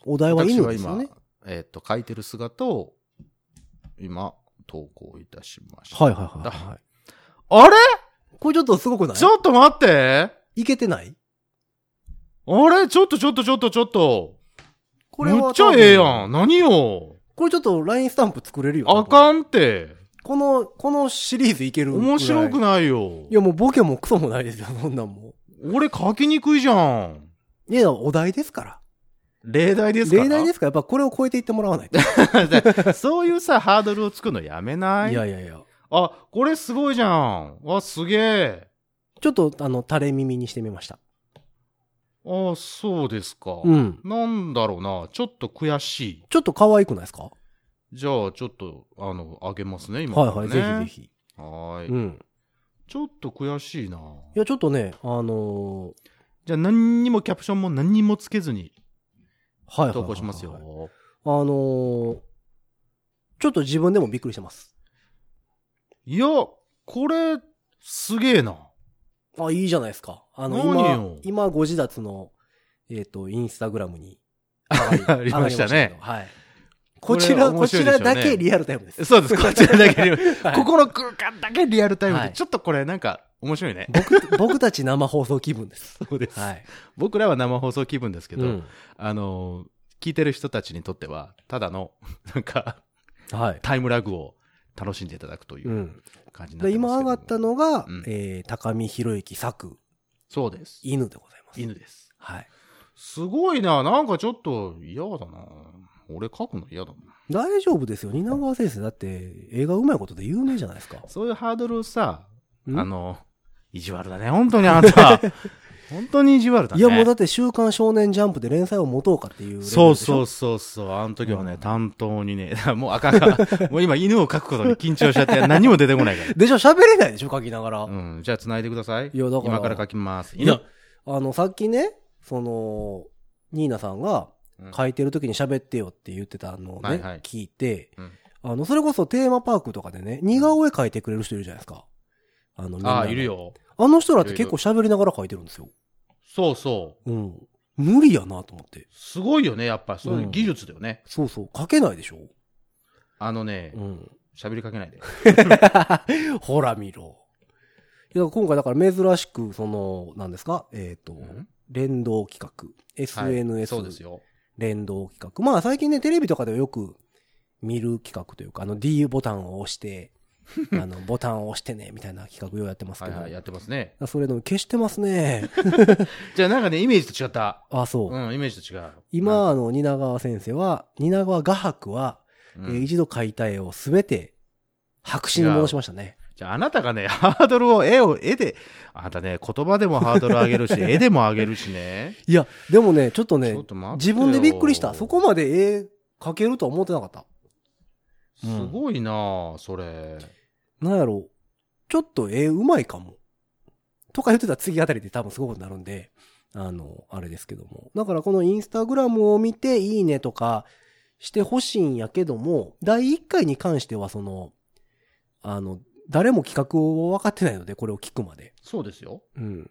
[SPEAKER 2] お題は犬ですよね。
[SPEAKER 3] えーっと、書いてる姿を、今、投稿いたしました。
[SPEAKER 2] はいはいはいはい。
[SPEAKER 3] あれ
[SPEAKER 2] これちょっとすごくない
[SPEAKER 3] ちょっと待って
[SPEAKER 2] いけてない
[SPEAKER 3] あれちょっとちょっとちょっとちょっと。
[SPEAKER 2] これは。
[SPEAKER 3] むっちゃええや。ん。何よ。
[SPEAKER 2] これちょっと LINE スタンプ作れるよ。
[SPEAKER 3] あかんって。
[SPEAKER 2] この、このシリーズいけるぐらい
[SPEAKER 3] 面白くないよ。
[SPEAKER 2] いやもうボケもクソもないですよ、そんなんも
[SPEAKER 3] 俺書きにくいじゃん。
[SPEAKER 2] う。いや、お題ですから。
[SPEAKER 3] 例題ですか
[SPEAKER 2] 例題ですすから、やっぱこれを超えていってもらわないと。
[SPEAKER 3] か *laughs* そういうさ、ハードルをつくのやめないい
[SPEAKER 2] やいやいや。
[SPEAKER 3] あ、これすごいじゃん。あ、すげえ。
[SPEAKER 2] ちょっと、あの、垂れ耳にしてみました。
[SPEAKER 3] あ、そうですか。
[SPEAKER 2] うん。
[SPEAKER 3] なんだろうな。ちょっと悔しい。
[SPEAKER 2] ちょっと可愛くないですか
[SPEAKER 3] じゃあ、ちょっと、あの、あげますね、今か
[SPEAKER 2] はい
[SPEAKER 3] らね、
[SPEAKER 2] はい、ぜひぜ
[SPEAKER 3] ひ。はーい、
[SPEAKER 2] ひ。うん。
[SPEAKER 3] ちょっと悔しいな。
[SPEAKER 2] いや、ちょっとね、あの
[SPEAKER 3] じゃあ、何にもキャプションも何にもつけず
[SPEAKER 2] ー、
[SPEAKER 3] に
[SPEAKER 2] はいはいはいはい
[SPEAKER 3] 投稿しますよ。
[SPEAKER 2] あのー、ちょっと自分でもびっくりしてます。
[SPEAKER 3] いや、これ、すげえな。
[SPEAKER 2] あ、いいじゃないですか。あの、
[SPEAKER 3] 何
[SPEAKER 2] 今
[SPEAKER 3] よ、
[SPEAKER 2] 今ご自立の、えっ、と、インスタグラムに。
[SPEAKER 3] *laughs* ありました
[SPEAKER 2] 上がり
[SPEAKER 3] ね
[SPEAKER 2] け。どはい。
[SPEAKER 3] こ
[SPEAKER 2] こ
[SPEAKER 3] れ
[SPEAKER 2] ちら、
[SPEAKER 3] 面
[SPEAKER 2] こ
[SPEAKER 3] 白
[SPEAKER 2] ち
[SPEAKER 3] いでしょう
[SPEAKER 2] らだ
[SPEAKER 3] ね
[SPEAKER 2] けリアルタイムです。
[SPEAKER 3] そうです、こちらだけリアル。
[SPEAKER 2] *laughs* はい
[SPEAKER 3] ここの空間だけリアルタイムで、
[SPEAKER 2] はい
[SPEAKER 3] ちょっとこれなんか面白いね。
[SPEAKER 2] 僕、僕たち生放送気分です。
[SPEAKER 3] そうです
[SPEAKER 2] はい。
[SPEAKER 3] 僕らは生放送気分ですけど、
[SPEAKER 2] うん
[SPEAKER 3] あの、聞いてる人たちにとっては、ただの、 *laughs* なんか、
[SPEAKER 2] はい。。
[SPEAKER 3] タイムラグを楽しんでいただくといううん感じになっ
[SPEAKER 2] で
[SPEAKER 3] てます
[SPEAKER 2] 今
[SPEAKER 3] けど
[SPEAKER 2] 上がったのが、
[SPEAKER 3] うん
[SPEAKER 2] えー、高見博之作、
[SPEAKER 3] そうです。
[SPEAKER 2] 犬でございます。
[SPEAKER 3] 犬です。
[SPEAKER 2] はい。
[SPEAKER 3] すごいな。なんかちょっと嫌だな。俺書くの嫌だな。
[SPEAKER 2] 大丈夫ですよ。蜷川先生、だって、映画うまいことで有名じゃないですか。
[SPEAKER 3] そういうハードルをさ、
[SPEAKER 2] ん
[SPEAKER 3] あの、意地悪だね。本当にあな *laughs* た。本当に意地悪だね。
[SPEAKER 2] いや、もうだって、週刊少年ジャンプで連載を持とうかっていう。。
[SPEAKER 3] そうそううそうそう。あの時はね、
[SPEAKER 2] うん
[SPEAKER 3] 担当にね、 *laughs* もうあかんか。もう今犬を描くことに緊張しちゃって何も出てこない
[SPEAKER 2] *laughs*
[SPEAKER 3] か
[SPEAKER 2] でしょ喋れないでしょ書きながら。
[SPEAKER 3] ら。うん。じゃあ繋いでください。
[SPEAKER 2] いやだから
[SPEAKER 3] 今から描きます。
[SPEAKER 2] いや、あの、さっきね、その、ニーナさんが
[SPEAKER 3] うん
[SPEAKER 2] 書いてる時に喋ってよって言ってたのをね、
[SPEAKER 3] はいはい
[SPEAKER 2] 聞いて、
[SPEAKER 3] うん
[SPEAKER 2] あの、それこそテーマパークとかでね、似顔絵描いてくれる人いるじゃないですか。あの、みんな
[SPEAKER 3] あ
[SPEAKER 2] が
[SPEAKER 3] あ、いる。よ。
[SPEAKER 2] あの人らって結構喋りながら描いてるんですよ。
[SPEAKER 3] そうそう。
[SPEAKER 2] うん。無理やなと思って。
[SPEAKER 3] すごいよね、やっぱ。そういう技術だよね。
[SPEAKER 2] そうそう。描けないでしょ
[SPEAKER 3] あのね
[SPEAKER 2] う、ん。
[SPEAKER 3] 喋りかけないで。
[SPEAKER 2] *laughs* ほら見ろ。いや今回だから珍しく、その、何ですかえっ、と、
[SPEAKER 3] ん
[SPEAKER 2] 連動企画。
[SPEAKER 3] はい
[SPEAKER 2] SNS
[SPEAKER 3] そうですよ。
[SPEAKER 2] 連動企画。まあ最近ね、テレビとかではよく見る企画というか、あの D ボタンを押
[SPEAKER 3] *laughs*
[SPEAKER 2] して、あの、ボタンを押してね、みたいな企画ようやってます
[SPEAKER 3] は
[SPEAKER 2] け
[SPEAKER 3] い
[SPEAKER 2] ど。
[SPEAKER 3] はい、やってますね。
[SPEAKER 2] あそれでも消してます
[SPEAKER 3] *laughs*
[SPEAKER 2] ね。
[SPEAKER 3] じゃあなんかね、イメージと違った。
[SPEAKER 2] あ、そう。
[SPEAKER 3] うん、イメージと違う。
[SPEAKER 2] 今、あの、蜷川先生は、蜷川画伯は、
[SPEAKER 3] うん、
[SPEAKER 2] えー一度描いた絵をすべて白紙に戻しましたね。
[SPEAKER 3] じゃああなたがね、 *laughs* ハードルを、絵を、絵で、あなたね、言葉でもハードル上げるし、絵でも上げるしね。
[SPEAKER 2] いや、でもね、ちょっとね
[SPEAKER 3] ちょっ、と待ってよ
[SPEAKER 2] 自分でびっくりした。そこまで絵描けるとは思ってなかった。
[SPEAKER 3] すごいなあそれ。
[SPEAKER 2] なんやろう。ちょっと絵うまいかも。とか言ってたら次あたりで多分すごいことになるんで、あの、あれですけども。だからこのインスタグラムを見ていいねとかしてほしいんやけども、第1回に関してはその、あの、誰も企画を分かってないので、これを聞くまで。
[SPEAKER 3] そうですよ。
[SPEAKER 2] うん。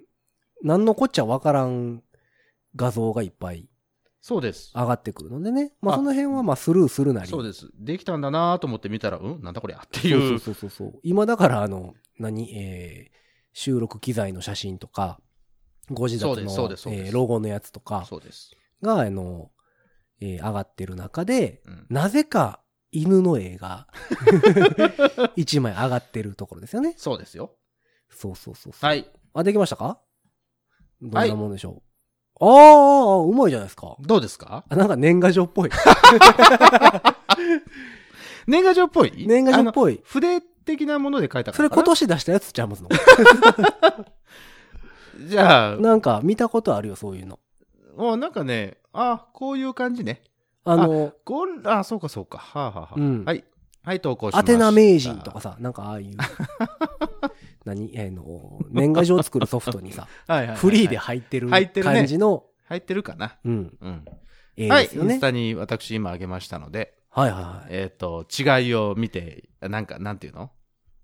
[SPEAKER 2] なんのこっちゃ分からん画像がいっぱい
[SPEAKER 3] そうです。
[SPEAKER 2] 上がってくるのでね。まあ
[SPEAKER 3] あ
[SPEAKER 2] その辺はまあスルーするなり。
[SPEAKER 3] そうです。できたんだなあと思って見たら、うんなんだこりゃってい。
[SPEAKER 2] そううそうそうそうそう。今だから、あの、何、えー収録機材の写真とか、ご自宅の
[SPEAKER 3] そうですそうですそうです
[SPEAKER 2] えーロゴのやつとか
[SPEAKER 3] そうです。
[SPEAKER 2] が、あの、えー上がってる中で、
[SPEAKER 3] うん
[SPEAKER 2] なぜか犬の絵が *laughs* 一枚上がってるところですよね。
[SPEAKER 3] そうですよ。
[SPEAKER 2] そうそうそうそう。
[SPEAKER 3] はい。
[SPEAKER 2] あ、できましたかど
[SPEAKER 3] は
[SPEAKER 2] ん
[SPEAKER 3] い
[SPEAKER 2] なもんでしょう。あーあー、うまいじゃないですか。
[SPEAKER 3] どうですか
[SPEAKER 2] あなんか年賀状っぽい。
[SPEAKER 3] 年賀状っぽい
[SPEAKER 2] 年賀状っ
[SPEAKER 3] い。
[SPEAKER 2] ぽい。
[SPEAKER 3] 筆的なもので書いたから
[SPEAKER 2] それ今年出したやつちゃいますの
[SPEAKER 3] じゃあ、
[SPEAKER 2] なんか見たことあるよ、そういうの。
[SPEAKER 3] もうなんかね、あ、こういう感じね。
[SPEAKER 2] あの、
[SPEAKER 3] こんあ、そうかそうか。はあ、はあはあ
[SPEAKER 2] うん
[SPEAKER 3] はい。はい、投稿しま
[SPEAKER 2] ア
[SPEAKER 3] した
[SPEAKER 2] テナ名人とか。
[SPEAKER 3] *laughs*
[SPEAKER 2] さ、なんかああいう、何、 *laughs* えーの、年賀状作るソフトにさ、
[SPEAKER 3] *laughs* はいはいはいはい
[SPEAKER 2] フリーで入ってる
[SPEAKER 3] 入ってるね
[SPEAKER 2] 感じの、
[SPEAKER 3] 入ってるかな。
[SPEAKER 2] うん、
[SPEAKER 3] うん。
[SPEAKER 2] 絵
[SPEAKER 3] は
[SPEAKER 2] で
[SPEAKER 3] い、
[SPEAKER 2] す
[SPEAKER 3] イ
[SPEAKER 2] よ
[SPEAKER 3] ンス
[SPEAKER 2] ね。
[SPEAKER 3] タに私今あげましたので、
[SPEAKER 2] はいはいはい。
[SPEAKER 3] えっ、と、違いを見て、なんか、なんていうの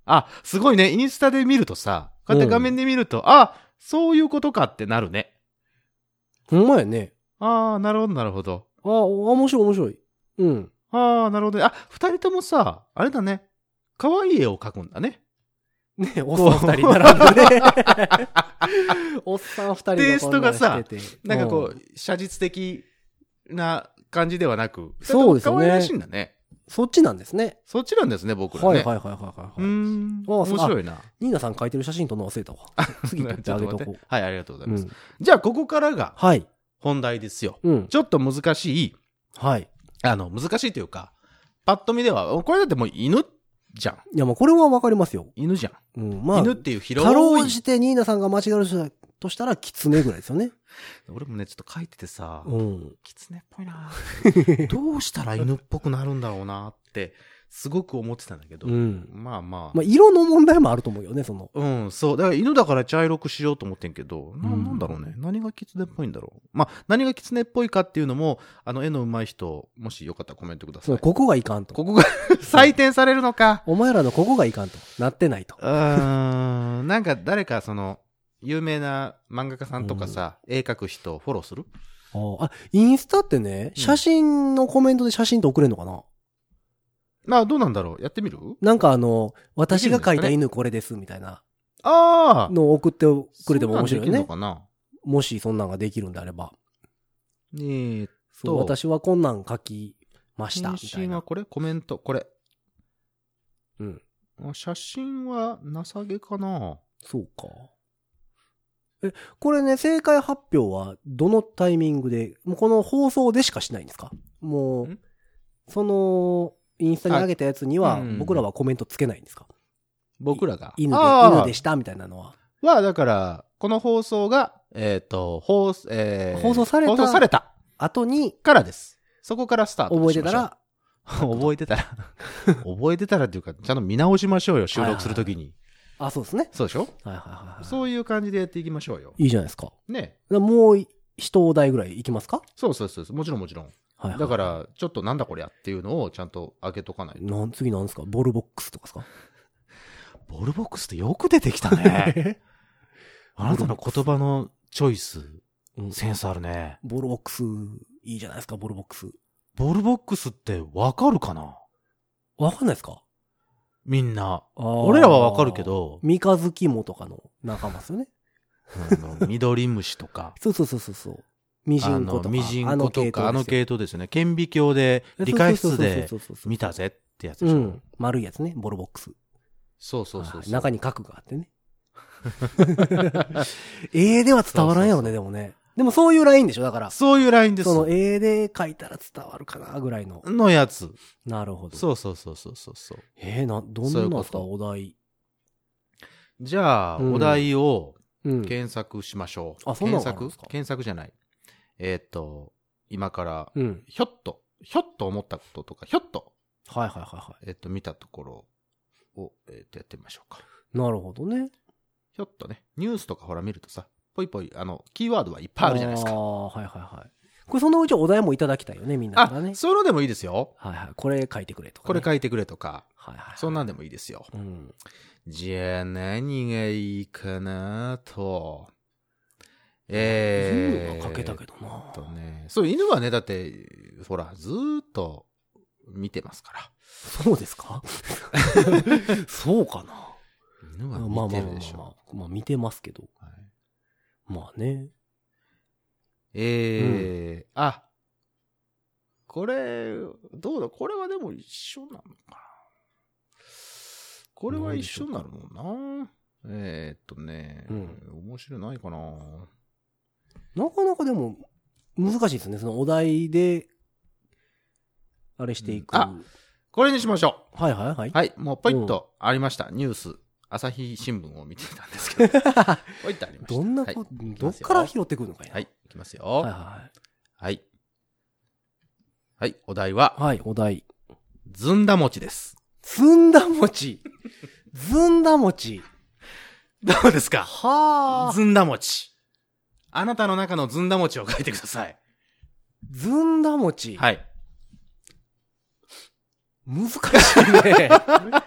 [SPEAKER 3] あ、すごいね。インスタで見るとさ、こうやって画面で見ると、あ、そういうことかってなるね。
[SPEAKER 2] ほんまやね。
[SPEAKER 3] ああ、なるほど、なるほど。
[SPEAKER 2] ああ、面白い面白い。うん。
[SPEAKER 3] ああ、なるほど。あ、二人ともさ、あれだね。可愛い絵を描くんだね。 *laughs*
[SPEAKER 2] ね、おっさん二人並んでね。おっさん二人が
[SPEAKER 3] テイストが
[SPEAKER 2] *laughs*
[SPEAKER 3] さ
[SPEAKER 2] こんなんしてて
[SPEAKER 3] なんかこ
[SPEAKER 2] う
[SPEAKER 3] う、写実的な感じではなく、
[SPEAKER 2] そうですね
[SPEAKER 3] 可愛らしいんだね。
[SPEAKER 2] そっちなんですね。
[SPEAKER 3] そっちなんですね、僕らね。
[SPEAKER 2] はいはいはいはいは
[SPEAKER 3] う
[SPEAKER 2] いはい。
[SPEAKER 3] ーん。
[SPEAKER 2] あそう
[SPEAKER 3] 面白いな。
[SPEAKER 2] ニーナさん書いてる写真撮るの忘れたわ。次撮ってあげと
[SPEAKER 3] *laughs* ちょっと待
[SPEAKER 2] こ
[SPEAKER 3] ってはい、ありがとうござ
[SPEAKER 2] う。
[SPEAKER 3] います。
[SPEAKER 2] うん
[SPEAKER 3] じゃあ、ここからが
[SPEAKER 2] はい。
[SPEAKER 3] 本題ですよ。
[SPEAKER 2] うん。
[SPEAKER 3] ちょっと難しい、
[SPEAKER 2] はい。
[SPEAKER 3] あの、難しいというか、パッと見では、これだってもう犬じゃん。
[SPEAKER 2] いや、もうこれはわかりますよ。
[SPEAKER 3] 犬じゃん。
[SPEAKER 2] うん。まあ、
[SPEAKER 3] 犬っていう広
[SPEAKER 2] かろう
[SPEAKER 3] い。
[SPEAKER 2] じてニーナさんが間違えるとしたら、キツネぐらいですよね。
[SPEAKER 3] 俺もね、ちょっと書いててさ、
[SPEAKER 2] うん。
[SPEAKER 3] キツネっぽ
[SPEAKER 2] *laughs*
[SPEAKER 3] いなどうしたら犬っぽくなるんだろうなって、すごく思ってたんだけど、
[SPEAKER 2] うん。
[SPEAKER 3] まあまあ。
[SPEAKER 2] まあ、色の問題もあると思うよね、その。
[SPEAKER 3] うん、そう。だから犬だから茶色くしようと思ってんけど、な
[SPEAKER 2] うん
[SPEAKER 3] なんだろうね。何がキツネっぽいんだろう。まあ、何がキツネっぽいかっていうのも、あの、絵の上手い人、もしよかったらコメントくだ
[SPEAKER 2] そ
[SPEAKER 3] さい。
[SPEAKER 2] の、ここがいかんと。
[SPEAKER 3] ここが *laughs* 採点されるのか。
[SPEAKER 2] お前らのここがいかんと。なってないと。
[SPEAKER 3] うーん、なんか誰かその、有名な漫画家さんとかさ、絵描く人フォローする
[SPEAKER 2] あ、インスタってね、
[SPEAKER 3] うん
[SPEAKER 2] 写真のコメントで写真と送れるのかな、
[SPEAKER 3] まあ、どうなんだろうやってみる
[SPEAKER 2] なんかあの、私が描い
[SPEAKER 3] で
[SPEAKER 2] た
[SPEAKER 3] きる
[SPEAKER 2] 犬これです、みたいな
[SPEAKER 3] ああ
[SPEAKER 2] のを送ってくれても面白いよ
[SPEAKER 3] そんなんできるの
[SPEAKER 2] ね。
[SPEAKER 3] かな
[SPEAKER 2] もしそんなんができるんであれば。
[SPEAKER 3] えーっ
[SPEAKER 2] そう、
[SPEAKER 3] と
[SPEAKER 2] 私はこんなん描きました、
[SPEAKER 3] 返
[SPEAKER 2] みたい
[SPEAKER 3] 信は
[SPEAKER 2] な。
[SPEAKER 3] これコメント、これ。
[SPEAKER 2] うん。
[SPEAKER 3] あ写真は、情けかな、
[SPEAKER 2] そうか。え、これね、正解発表はどのタイミングで、もうこの放送でしかしないんですかもうんその、インスタに上げたやつには
[SPEAKER 3] あうん、
[SPEAKER 2] 僕らはコメントつけないんですか、
[SPEAKER 3] 僕らが。
[SPEAKER 2] 犬で、
[SPEAKER 3] あー
[SPEAKER 2] 犬でした、みたいなのは。
[SPEAKER 3] は、だから、この放送が、えっ、と、放送、えー
[SPEAKER 2] 放送された
[SPEAKER 3] 放送された
[SPEAKER 2] 後に、
[SPEAKER 3] からです。そこからスタート
[SPEAKER 2] 覚え
[SPEAKER 3] して
[SPEAKER 2] た
[SPEAKER 3] ましょう
[SPEAKER 2] ら、、
[SPEAKER 3] *laughs* 覚えてたら、覚えてたらっていうか、ちゃんと見直しましょうよ、収録するときに。
[SPEAKER 2] あ、そうですね。
[SPEAKER 3] そうでしょ
[SPEAKER 2] はいはいはいはい。
[SPEAKER 3] そういう感じでやっていきましょうよ。
[SPEAKER 2] いいじゃないですか。
[SPEAKER 3] ね。
[SPEAKER 2] だからもう、一お題ぐらいいきますか
[SPEAKER 3] そうそうそうそう。もちろんもちろん。
[SPEAKER 2] はい、はい。
[SPEAKER 3] だか、ら、ちょっとなんだこりゃっていうのをちゃんと上げとかないと。
[SPEAKER 2] なん、次なんですかボルボックスとかですか
[SPEAKER 3] ボルボックスってよく出てきた *laughs* ね。あなたの言葉のチョイス、センスあるね。
[SPEAKER 2] ボルボックス、いいじゃないですか、ボルボックス。
[SPEAKER 3] ボルボックスってわかるかな
[SPEAKER 2] わかんないですか
[SPEAKER 3] みんな。俺
[SPEAKER 2] 俺
[SPEAKER 3] らはわかるけ。ど、
[SPEAKER 2] 三日月もとかの仲間ですよね。、
[SPEAKER 3] あのミドリムシとか *laughs*
[SPEAKER 2] そうそうそうそうそう。ミジ
[SPEAKER 3] あ
[SPEAKER 2] ンコ
[SPEAKER 3] の
[SPEAKER 2] とか。
[SPEAKER 3] ミジンコとか、あの
[SPEAKER 2] 系
[SPEAKER 3] 系統ですよね。顕微鏡で、
[SPEAKER 2] 統ですよ
[SPEAKER 3] 理科室
[SPEAKER 2] そうそう
[SPEAKER 3] で
[SPEAKER 2] そうそうそう
[SPEAKER 3] 見たぜってやつ
[SPEAKER 2] う
[SPEAKER 3] でしょ。
[SPEAKER 2] ん。丸いやつね、ボルボックス。
[SPEAKER 3] そうそうそう
[SPEAKER 2] はい
[SPEAKER 3] そ。
[SPEAKER 2] う中に核があってね。 *laughs* ええでは伝わらんやろね、でもね。でもそういうラインでしょ、だから。
[SPEAKER 3] そういうラインです
[SPEAKER 2] そ。のええで書いたら伝わるかな、ぐらいの。
[SPEAKER 3] のやつ。
[SPEAKER 2] なるほど。
[SPEAKER 3] そうそうそうそうそうそう。
[SPEAKER 2] ええな、ど
[SPEAKER 3] そうい
[SPEAKER 2] ん
[SPEAKER 3] う
[SPEAKER 2] な
[SPEAKER 3] こ
[SPEAKER 2] さ、
[SPEAKER 3] と
[SPEAKER 2] お題。
[SPEAKER 3] じゃあ、
[SPEAKER 2] うん
[SPEAKER 3] お題を
[SPEAKER 2] うん。
[SPEAKER 3] 検索しましょう。
[SPEAKER 2] あそんなの
[SPEAKER 3] 検
[SPEAKER 2] があるん
[SPEAKER 3] 索
[SPEAKER 2] ですか
[SPEAKER 3] 検索じゃない。えーっと、今から、
[SPEAKER 2] うん。
[SPEAKER 3] ひょっと、ひょっと思ったこととか、ひょっと、
[SPEAKER 2] はいはいはいは
[SPEAKER 3] えーっと、見たところを、えーっと、やってみましょうか。
[SPEAKER 2] い。なるほどね。
[SPEAKER 3] ひょっとね、ニュースとかほら見るとさ、ぽいぽい、あの、キーワードはいっぱいあるじゃないです
[SPEAKER 2] あ
[SPEAKER 3] か。
[SPEAKER 2] あ、はいはいはい。これそのうちお題もいただきたいよね、みんなから
[SPEAKER 3] あ
[SPEAKER 2] ね、。
[SPEAKER 3] そういうのでもいいですよ。
[SPEAKER 2] はいはい。これ書いてくれとか、
[SPEAKER 3] こ
[SPEAKER 2] ね。
[SPEAKER 3] れ書いてくれとか、
[SPEAKER 2] はいはい。
[SPEAKER 3] そんなんでもいいですよ。
[SPEAKER 2] うん。
[SPEAKER 3] じゃあ、何がいいかなと。えー。
[SPEAKER 2] 犬は書けたけどな。
[SPEAKER 3] とね。そう、犬はね、だって、ほら、ずーっと見てますから。
[SPEAKER 2] そうです *laughs* かそうかな。
[SPEAKER 3] 犬は
[SPEAKER 2] まあまあ
[SPEAKER 3] 見
[SPEAKER 2] ま
[SPEAKER 3] て
[SPEAKER 2] あ
[SPEAKER 3] る
[SPEAKER 2] ま
[SPEAKER 3] でしょ。
[SPEAKER 2] あ、まあ見てますけど。
[SPEAKER 3] はい
[SPEAKER 2] まあね。
[SPEAKER 3] えー、あ、これ、どうだ、これはでも一緒なのかな。これは一緒になるもんな。えー、っとね、
[SPEAKER 2] うん
[SPEAKER 3] 面白いないかな。
[SPEAKER 2] なかなかでも、難しいですね。そのお題で、あれしていく。
[SPEAKER 3] うんあこれにしましょ。。
[SPEAKER 2] はいはい *laughs* はいう
[SPEAKER 3] はい、もうポイッとありました。ニュース、朝日新聞を見てたんです *laughs* けど、ポイッとありました。
[SPEAKER 2] どんな
[SPEAKER 3] はい
[SPEAKER 2] こ、
[SPEAKER 3] いき
[SPEAKER 2] ど
[SPEAKER 3] ま
[SPEAKER 2] っ
[SPEAKER 3] すよ
[SPEAKER 2] から拾ってくるのかいな。
[SPEAKER 3] はい、
[SPEAKER 2] い。
[SPEAKER 3] いきますよ。
[SPEAKER 2] はいは。、
[SPEAKER 3] はい。はい、お題はい
[SPEAKER 2] はい、お題。
[SPEAKER 3] ずんだ餅です。
[SPEAKER 2] ずんだ餅。ずんだ餅。
[SPEAKER 3] どうですか
[SPEAKER 2] はあ。
[SPEAKER 3] ずんだ餅。あなたの中のずんだ餅を書いてください。
[SPEAKER 2] ずんだ餅。
[SPEAKER 3] はい。
[SPEAKER 2] 難しいね。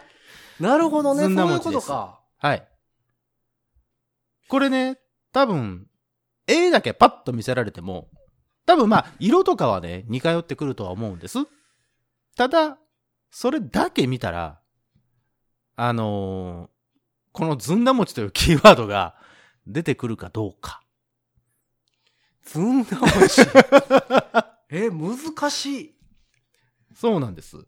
[SPEAKER 2] *laughs* なるほどね。
[SPEAKER 3] ず
[SPEAKER 2] そ
[SPEAKER 3] んだ
[SPEAKER 2] う
[SPEAKER 3] 餅
[SPEAKER 2] いう
[SPEAKER 3] で
[SPEAKER 2] こと
[SPEAKER 3] す
[SPEAKER 2] か。
[SPEAKER 3] はい。これね、多分、絵だけパッと見せられても、多分まあ、色とかはね、似通ってくるとは思うんです。ただ、それだけ見たら、あのーこのずんだ餅というキーワードが出てくるかどうか。
[SPEAKER 2] ずんだ餅。 *laughs* え、難しい。
[SPEAKER 3] そうなんです。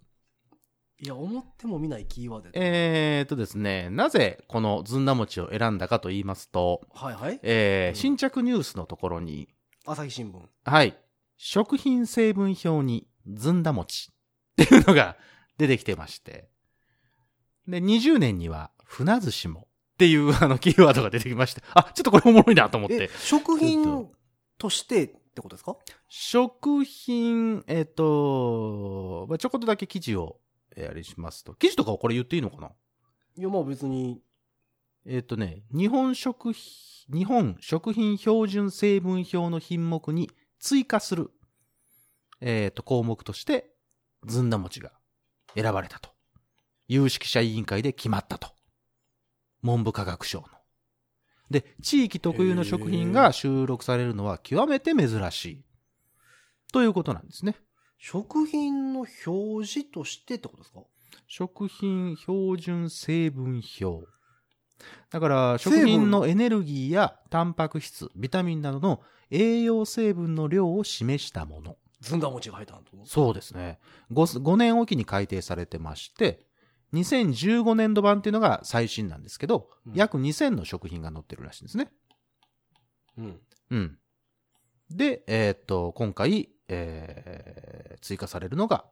[SPEAKER 2] いや、思っても見ないキーワードやった
[SPEAKER 3] えー、っとですね、なぜこのずんだ餅を選んだかと言いますと、
[SPEAKER 2] はいはい。
[SPEAKER 3] えー
[SPEAKER 2] うん
[SPEAKER 3] 新着ニュースのところに、
[SPEAKER 2] 朝日新聞。
[SPEAKER 3] はい、食品成分表にずんだ餅っていうのが出てきてまして、で、20年には船寿司もっていうあのキーワードが出てきまして、あ、ちょっとこれおもろいなと思って
[SPEAKER 2] え、、食
[SPEAKER 3] ちょっ
[SPEAKER 2] 品としてってことですか
[SPEAKER 3] 食品、えっ、と、まあ、ちょこっとだけ記事を、えーあれしますと。記事とかをこれ言っていいのかない
[SPEAKER 2] や、まあ別に。
[SPEAKER 3] えっ、とね、日本食品、日本食品標準成分表の品目に追加する、えっ、と、項目として、ずんだ餅が選ばれたと。有識者委員会で決まったと。文部科学省の。で、地域特有の食品が収録されるのは極めて珍しい。ということなんですね。
[SPEAKER 2] 食品の表示としてってことですか
[SPEAKER 3] 食品標準成分表。だから、食品のエネルギーやタンパク質、ビタミンなどの栄養成分の量を示したもの。
[SPEAKER 2] ずんだ餅が入ったんと
[SPEAKER 3] そうですね。5, 5年おきに改定されてまして、2015年度版っていうのが最新なんですけど、
[SPEAKER 2] うん
[SPEAKER 3] 約2000の食品が載ってるらしいんですね。
[SPEAKER 2] うん。
[SPEAKER 3] うん。で、えーっと、今回、えー追加されるのが、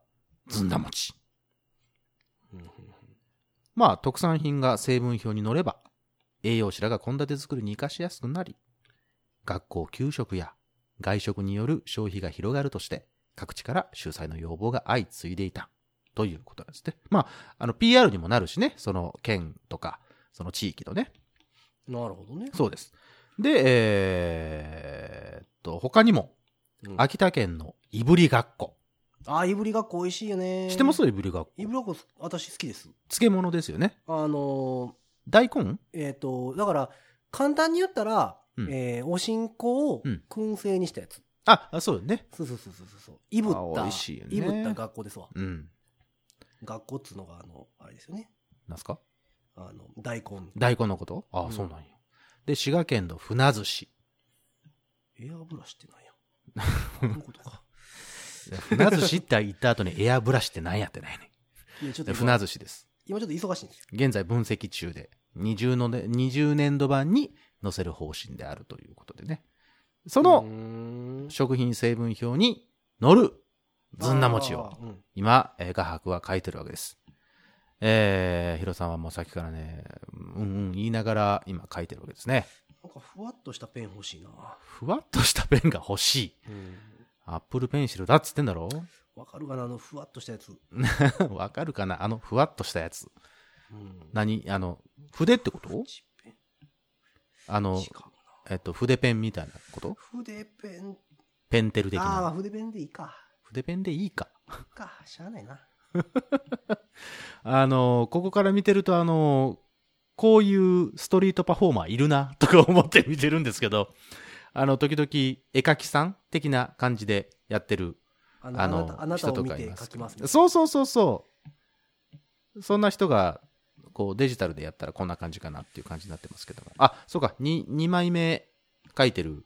[SPEAKER 3] ずんだ餅。まあ、特産品が成分表に載れば、栄養士らが献立作りに活かしやすくなり、学校給食や外食による消費が広がるとして、各地から主催の要望が相次いでいた、ということなんですね。まあ、あの、PR にもなるしね、その県とか、その地域のね。
[SPEAKER 2] なるほどね。
[SPEAKER 3] そうです。で、えーっと、他にも、
[SPEAKER 2] うん
[SPEAKER 3] 秋田県のいぶりがっこ。
[SPEAKER 2] あ、いぶりがっこ美味しいよね。
[SPEAKER 3] 知ってますいぶりがっこ。
[SPEAKER 2] いぶりがっこ、私好きです。
[SPEAKER 3] 漬物ですよね。
[SPEAKER 2] あの
[SPEAKER 3] 大根
[SPEAKER 2] ー、えっ、と、だから、簡単に言ったら、
[SPEAKER 3] うん
[SPEAKER 2] えーおしんこを
[SPEAKER 3] うん
[SPEAKER 2] 燻製にしたやつ。
[SPEAKER 3] あ、あそうよね。
[SPEAKER 2] そうそうそうそうそう。いぶっ
[SPEAKER 3] あ
[SPEAKER 2] た、
[SPEAKER 3] 美味しいよね
[SPEAKER 2] いぶった学校ですわ。
[SPEAKER 3] うん。
[SPEAKER 2] 学校っつうのが、あの、あれですよね。
[SPEAKER 3] なんすか
[SPEAKER 2] あの、大根。
[SPEAKER 3] 大根のことああ、
[SPEAKER 2] うん
[SPEAKER 3] そうなんや。で、滋賀県の船寿司。
[SPEAKER 2] エアブラシって
[SPEAKER 3] *laughs*
[SPEAKER 2] なんや。そういうことか。
[SPEAKER 3] 船寿司って言った後に *laughs* エアブラシって何やってないね
[SPEAKER 2] いやちょっ
[SPEAKER 3] ん。
[SPEAKER 2] と
[SPEAKER 3] 船
[SPEAKER 2] 今
[SPEAKER 3] 寿司です。
[SPEAKER 2] 今ちょっと忙しいんですよ。
[SPEAKER 3] 現在分析中で、20, のね20年度版に載せる方針であるということでね。その
[SPEAKER 2] の
[SPEAKER 3] 食品成分表に載るずんだ餅を。
[SPEAKER 2] うん
[SPEAKER 3] 今、えー、画伯は書いてるわけです。えー、ヒロさんはもうさっきからね、うんうん言いながら今書いてるわけですね。
[SPEAKER 2] なんかふわっとしたペン欲しいな。わ、
[SPEAKER 3] ふわっとしたペンが欲しい。アップルペンシルだっつってんだろ
[SPEAKER 2] かるかなあの、ふわっとしたやつ。
[SPEAKER 3] *laughs* わかるかなあの、ふわっとしたやつ。
[SPEAKER 2] うん
[SPEAKER 3] 何あの、筆ってこと
[SPEAKER 2] 口ペン
[SPEAKER 3] あの
[SPEAKER 2] 違、うな
[SPEAKER 3] えっと、筆ペンみたいなこと
[SPEAKER 2] 筆ペン。
[SPEAKER 3] ペンテル的
[SPEAKER 2] ああー、まあ
[SPEAKER 3] な。
[SPEAKER 2] 筆ペンでいいか。
[SPEAKER 3] 筆ペンでいいか。
[SPEAKER 2] いいか、しゃあないな。
[SPEAKER 3] あの、ここから見てると、あの、こういうストリートパフォーマーいるな、とか思って見てるんですけど、あの、時々、絵描きさん的な感じでやってる、
[SPEAKER 2] あの、
[SPEAKER 3] あ
[SPEAKER 2] あな
[SPEAKER 3] の、
[SPEAKER 2] たあなた
[SPEAKER 3] 人
[SPEAKER 2] を
[SPEAKER 3] と
[SPEAKER 2] 見
[SPEAKER 3] かい
[SPEAKER 2] て
[SPEAKER 3] ます
[SPEAKER 2] 書きます、
[SPEAKER 3] そうそうそうそう。そんな人が、こう、デジタルでやったらこんな感じかなっていう感じになってますけども。あ、そうか、2、2枚目描いてる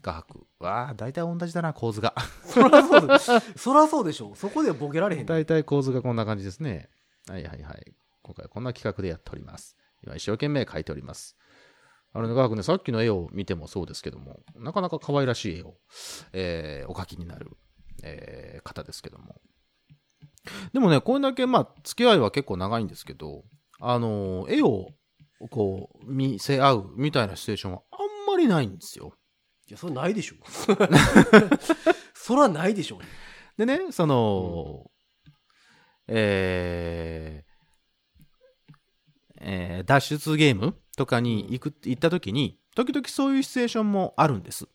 [SPEAKER 3] 画伯。わあ、大体同じだな、構図が。
[SPEAKER 2] そらそうでしょ。そらそうでしょ。そこでボケられへん。
[SPEAKER 3] 大体構図がこんな感じですね。はいはいはい。今回はこんな企画でやっております。今一生懸命描いております。あのね、画伯ね、さっきの絵を見てもそうですけども、なかなか可愛らしい絵を、えーお描きになる、えー方ですけども。でもね、これだけ、まあ、付き合いは結構長いんですけど、あのー絵を、こう、見せ合うみたいなシチュエーションはあんまりないんですよ。
[SPEAKER 2] いや、それないでしょ。 *laughs* そらないでしょ。
[SPEAKER 3] でね、その、えーえー脱出ゲームとかに行く、行った時に、時々そういうシチュエーションもあるんです。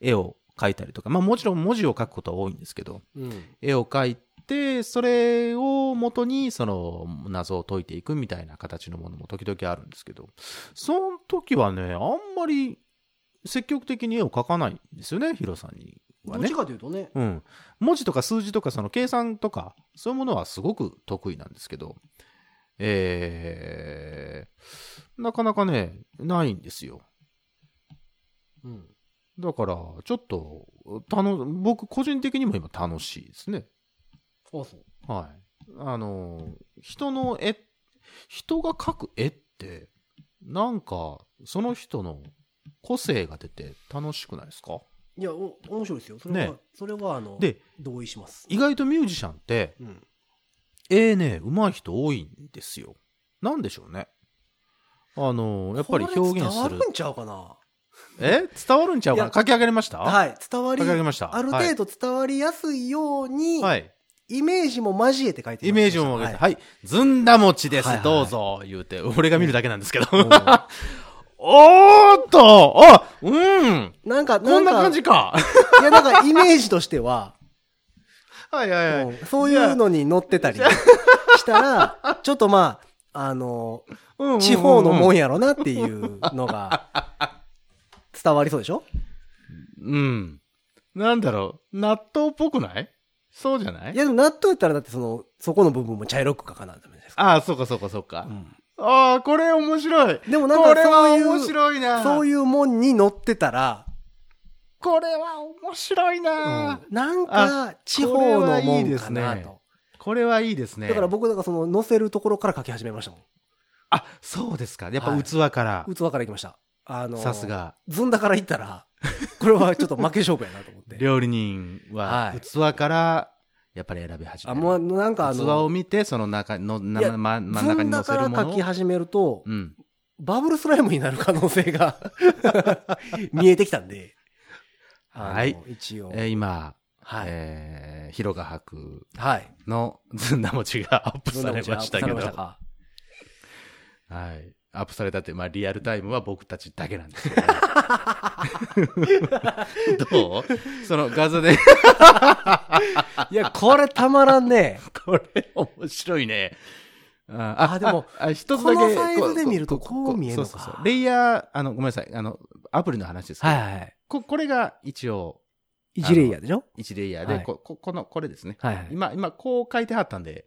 [SPEAKER 3] 絵を描いたりとか。まあもちろん文字を書くことは多いんですけど、
[SPEAKER 2] うん。
[SPEAKER 3] 絵を描いて、それを元にその謎を解いていくみたいな形のものも時々あるんですけど、その時はね、あんまり積極的に絵を描かないんですよね、ヒロさんには
[SPEAKER 2] どっ
[SPEAKER 3] ね
[SPEAKER 2] ち。かというとね。
[SPEAKER 3] うん。文字とか数字とかその計算とか、そういうものはすごく得意なんですけど、えー、なかなかね、ないんですよ。
[SPEAKER 2] うん。
[SPEAKER 3] だから、ちょっと、たの、僕個人的にも今楽しいですね。
[SPEAKER 2] あ、そう。
[SPEAKER 3] はい。あの、人の絵、人が描く絵って、なんか、その人の個性が出て楽しくないですか
[SPEAKER 2] いや、お面白いですよ。それは、
[SPEAKER 3] ね
[SPEAKER 2] それは、あの、
[SPEAKER 3] で、
[SPEAKER 2] 同意します。
[SPEAKER 3] 意外とミュージシャンって、
[SPEAKER 2] うん。
[SPEAKER 3] 絵ね、上手い人多いんですよ。なんでしょうね。あの、やっぱり表現
[SPEAKER 2] こ
[SPEAKER 3] す
[SPEAKER 2] れ伝
[SPEAKER 3] る
[SPEAKER 2] わる。んちゃうかな
[SPEAKER 3] え伝わるんちゃうか
[SPEAKER 2] いや
[SPEAKER 3] な書き上げれました
[SPEAKER 2] はい。伝わり
[SPEAKER 3] 書き、上げました。
[SPEAKER 2] ある程度伝わりやすいように、
[SPEAKER 3] はい。はい。
[SPEAKER 2] イメージも交えて書いて
[SPEAKER 3] イメージも分けて、
[SPEAKER 2] て。
[SPEAKER 3] はい。ずんだ餅です、
[SPEAKER 2] はいはい
[SPEAKER 3] どうぞ、言うて。俺が見るだけなんですけど。 *laughs*
[SPEAKER 2] うん
[SPEAKER 3] おーっとあうん
[SPEAKER 2] なんか、
[SPEAKER 3] こんな感じ
[SPEAKER 2] か。
[SPEAKER 3] か
[SPEAKER 2] いや、なんかイメージとしては、
[SPEAKER 3] はいはいは
[SPEAKER 2] う
[SPEAKER 3] い。
[SPEAKER 2] んそういうのに乗ってたりしたら、ちょっとまあ、あの、
[SPEAKER 3] うんうんうん
[SPEAKER 2] 地方のもんやろなっていうのが、伝わりそうでしょ
[SPEAKER 3] うん。なんだろう、納豆っぽくないそうじゃない
[SPEAKER 2] いや、でも納豆やったらだってその、そこの部分も茶色く書かないとダメじゃないですか。
[SPEAKER 3] ああ、そうかそうかそうか。
[SPEAKER 2] うん
[SPEAKER 3] ああ、これ面白い。
[SPEAKER 2] でもなん
[SPEAKER 3] こ
[SPEAKER 2] か
[SPEAKER 3] れ
[SPEAKER 2] そ
[SPEAKER 3] は
[SPEAKER 2] ういう、
[SPEAKER 3] 面白いな。
[SPEAKER 2] そういうもんに乗ってたら、
[SPEAKER 3] これは面白いな。
[SPEAKER 2] うんなんか地方のもんかな
[SPEAKER 3] これはいいです
[SPEAKER 2] と
[SPEAKER 3] ね。これはいいですね。
[SPEAKER 2] だから僕、だからその、乗せるところから書き始めましたも
[SPEAKER 3] あ、そうですか。やっ
[SPEAKER 2] は
[SPEAKER 3] ぱ
[SPEAKER 2] い
[SPEAKER 3] 器から
[SPEAKER 2] ん。。器から行きました。あの、
[SPEAKER 3] さす。が。
[SPEAKER 2] ずんだから行ったら、これはちょっと負け勝負やなと思っ
[SPEAKER 3] *laughs*
[SPEAKER 2] て。
[SPEAKER 3] 料理人は
[SPEAKER 2] はい
[SPEAKER 3] 器からやっぱり選び始め
[SPEAKER 2] あ、
[SPEAKER 3] る。
[SPEAKER 2] もうなんかあ
[SPEAKER 3] 器
[SPEAKER 2] の、
[SPEAKER 3] を見て、その中の、ない
[SPEAKER 2] や
[SPEAKER 3] ま真ん
[SPEAKER 2] ず
[SPEAKER 3] 中
[SPEAKER 2] ん
[SPEAKER 3] に
[SPEAKER 2] だ
[SPEAKER 3] 乗せ
[SPEAKER 2] か
[SPEAKER 3] る
[SPEAKER 2] ら
[SPEAKER 3] も
[SPEAKER 2] 書
[SPEAKER 3] の
[SPEAKER 2] き。始めると、
[SPEAKER 3] うん。
[SPEAKER 2] バブルスライムになる可能性が *laughs* 見えてきたんで。あの
[SPEAKER 3] はい。
[SPEAKER 2] 一応。
[SPEAKER 3] えー今、
[SPEAKER 2] はい
[SPEAKER 3] えー、ヒロガ博
[SPEAKER 2] はい。
[SPEAKER 3] のずんだ餅がアップ
[SPEAKER 2] どんな
[SPEAKER 3] さ
[SPEAKER 2] 文
[SPEAKER 3] れま
[SPEAKER 2] 字が
[SPEAKER 3] した
[SPEAKER 2] ア
[SPEAKER 3] け
[SPEAKER 2] ッ
[SPEAKER 3] ど
[SPEAKER 2] プされまし。か
[SPEAKER 3] はい。アップされたって、まあ、リアルタイムは僕たちだけなんですけど、
[SPEAKER 2] *laughs*
[SPEAKER 3] ね。どうその画像で、 *laughs*
[SPEAKER 2] いや、これたまらんね。
[SPEAKER 3] これ面白いね。あ
[SPEAKER 2] あでも、
[SPEAKER 3] あ一つだ
[SPEAKER 2] *laughs*
[SPEAKER 3] け。
[SPEAKER 2] このサイズで見るとこう見えるのか
[SPEAKER 3] そうそうそうレイヤー、あの、ごめんなさい。あの、アプリの話ですけど、
[SPEAKER 2] はいはい。
[SPEAKER 3] ここれが一応、
[SPEAKER 2] 一レイヤーでしょ
[SPEAKER 3] 1レイヤーで、
[SPEAKER 2] はい
[SPEAKER 3] こ、ここの、これですね。
[SPEAKER 2] はいはい。
[SPEAKER 3] 今、今、こう書いてはったんで、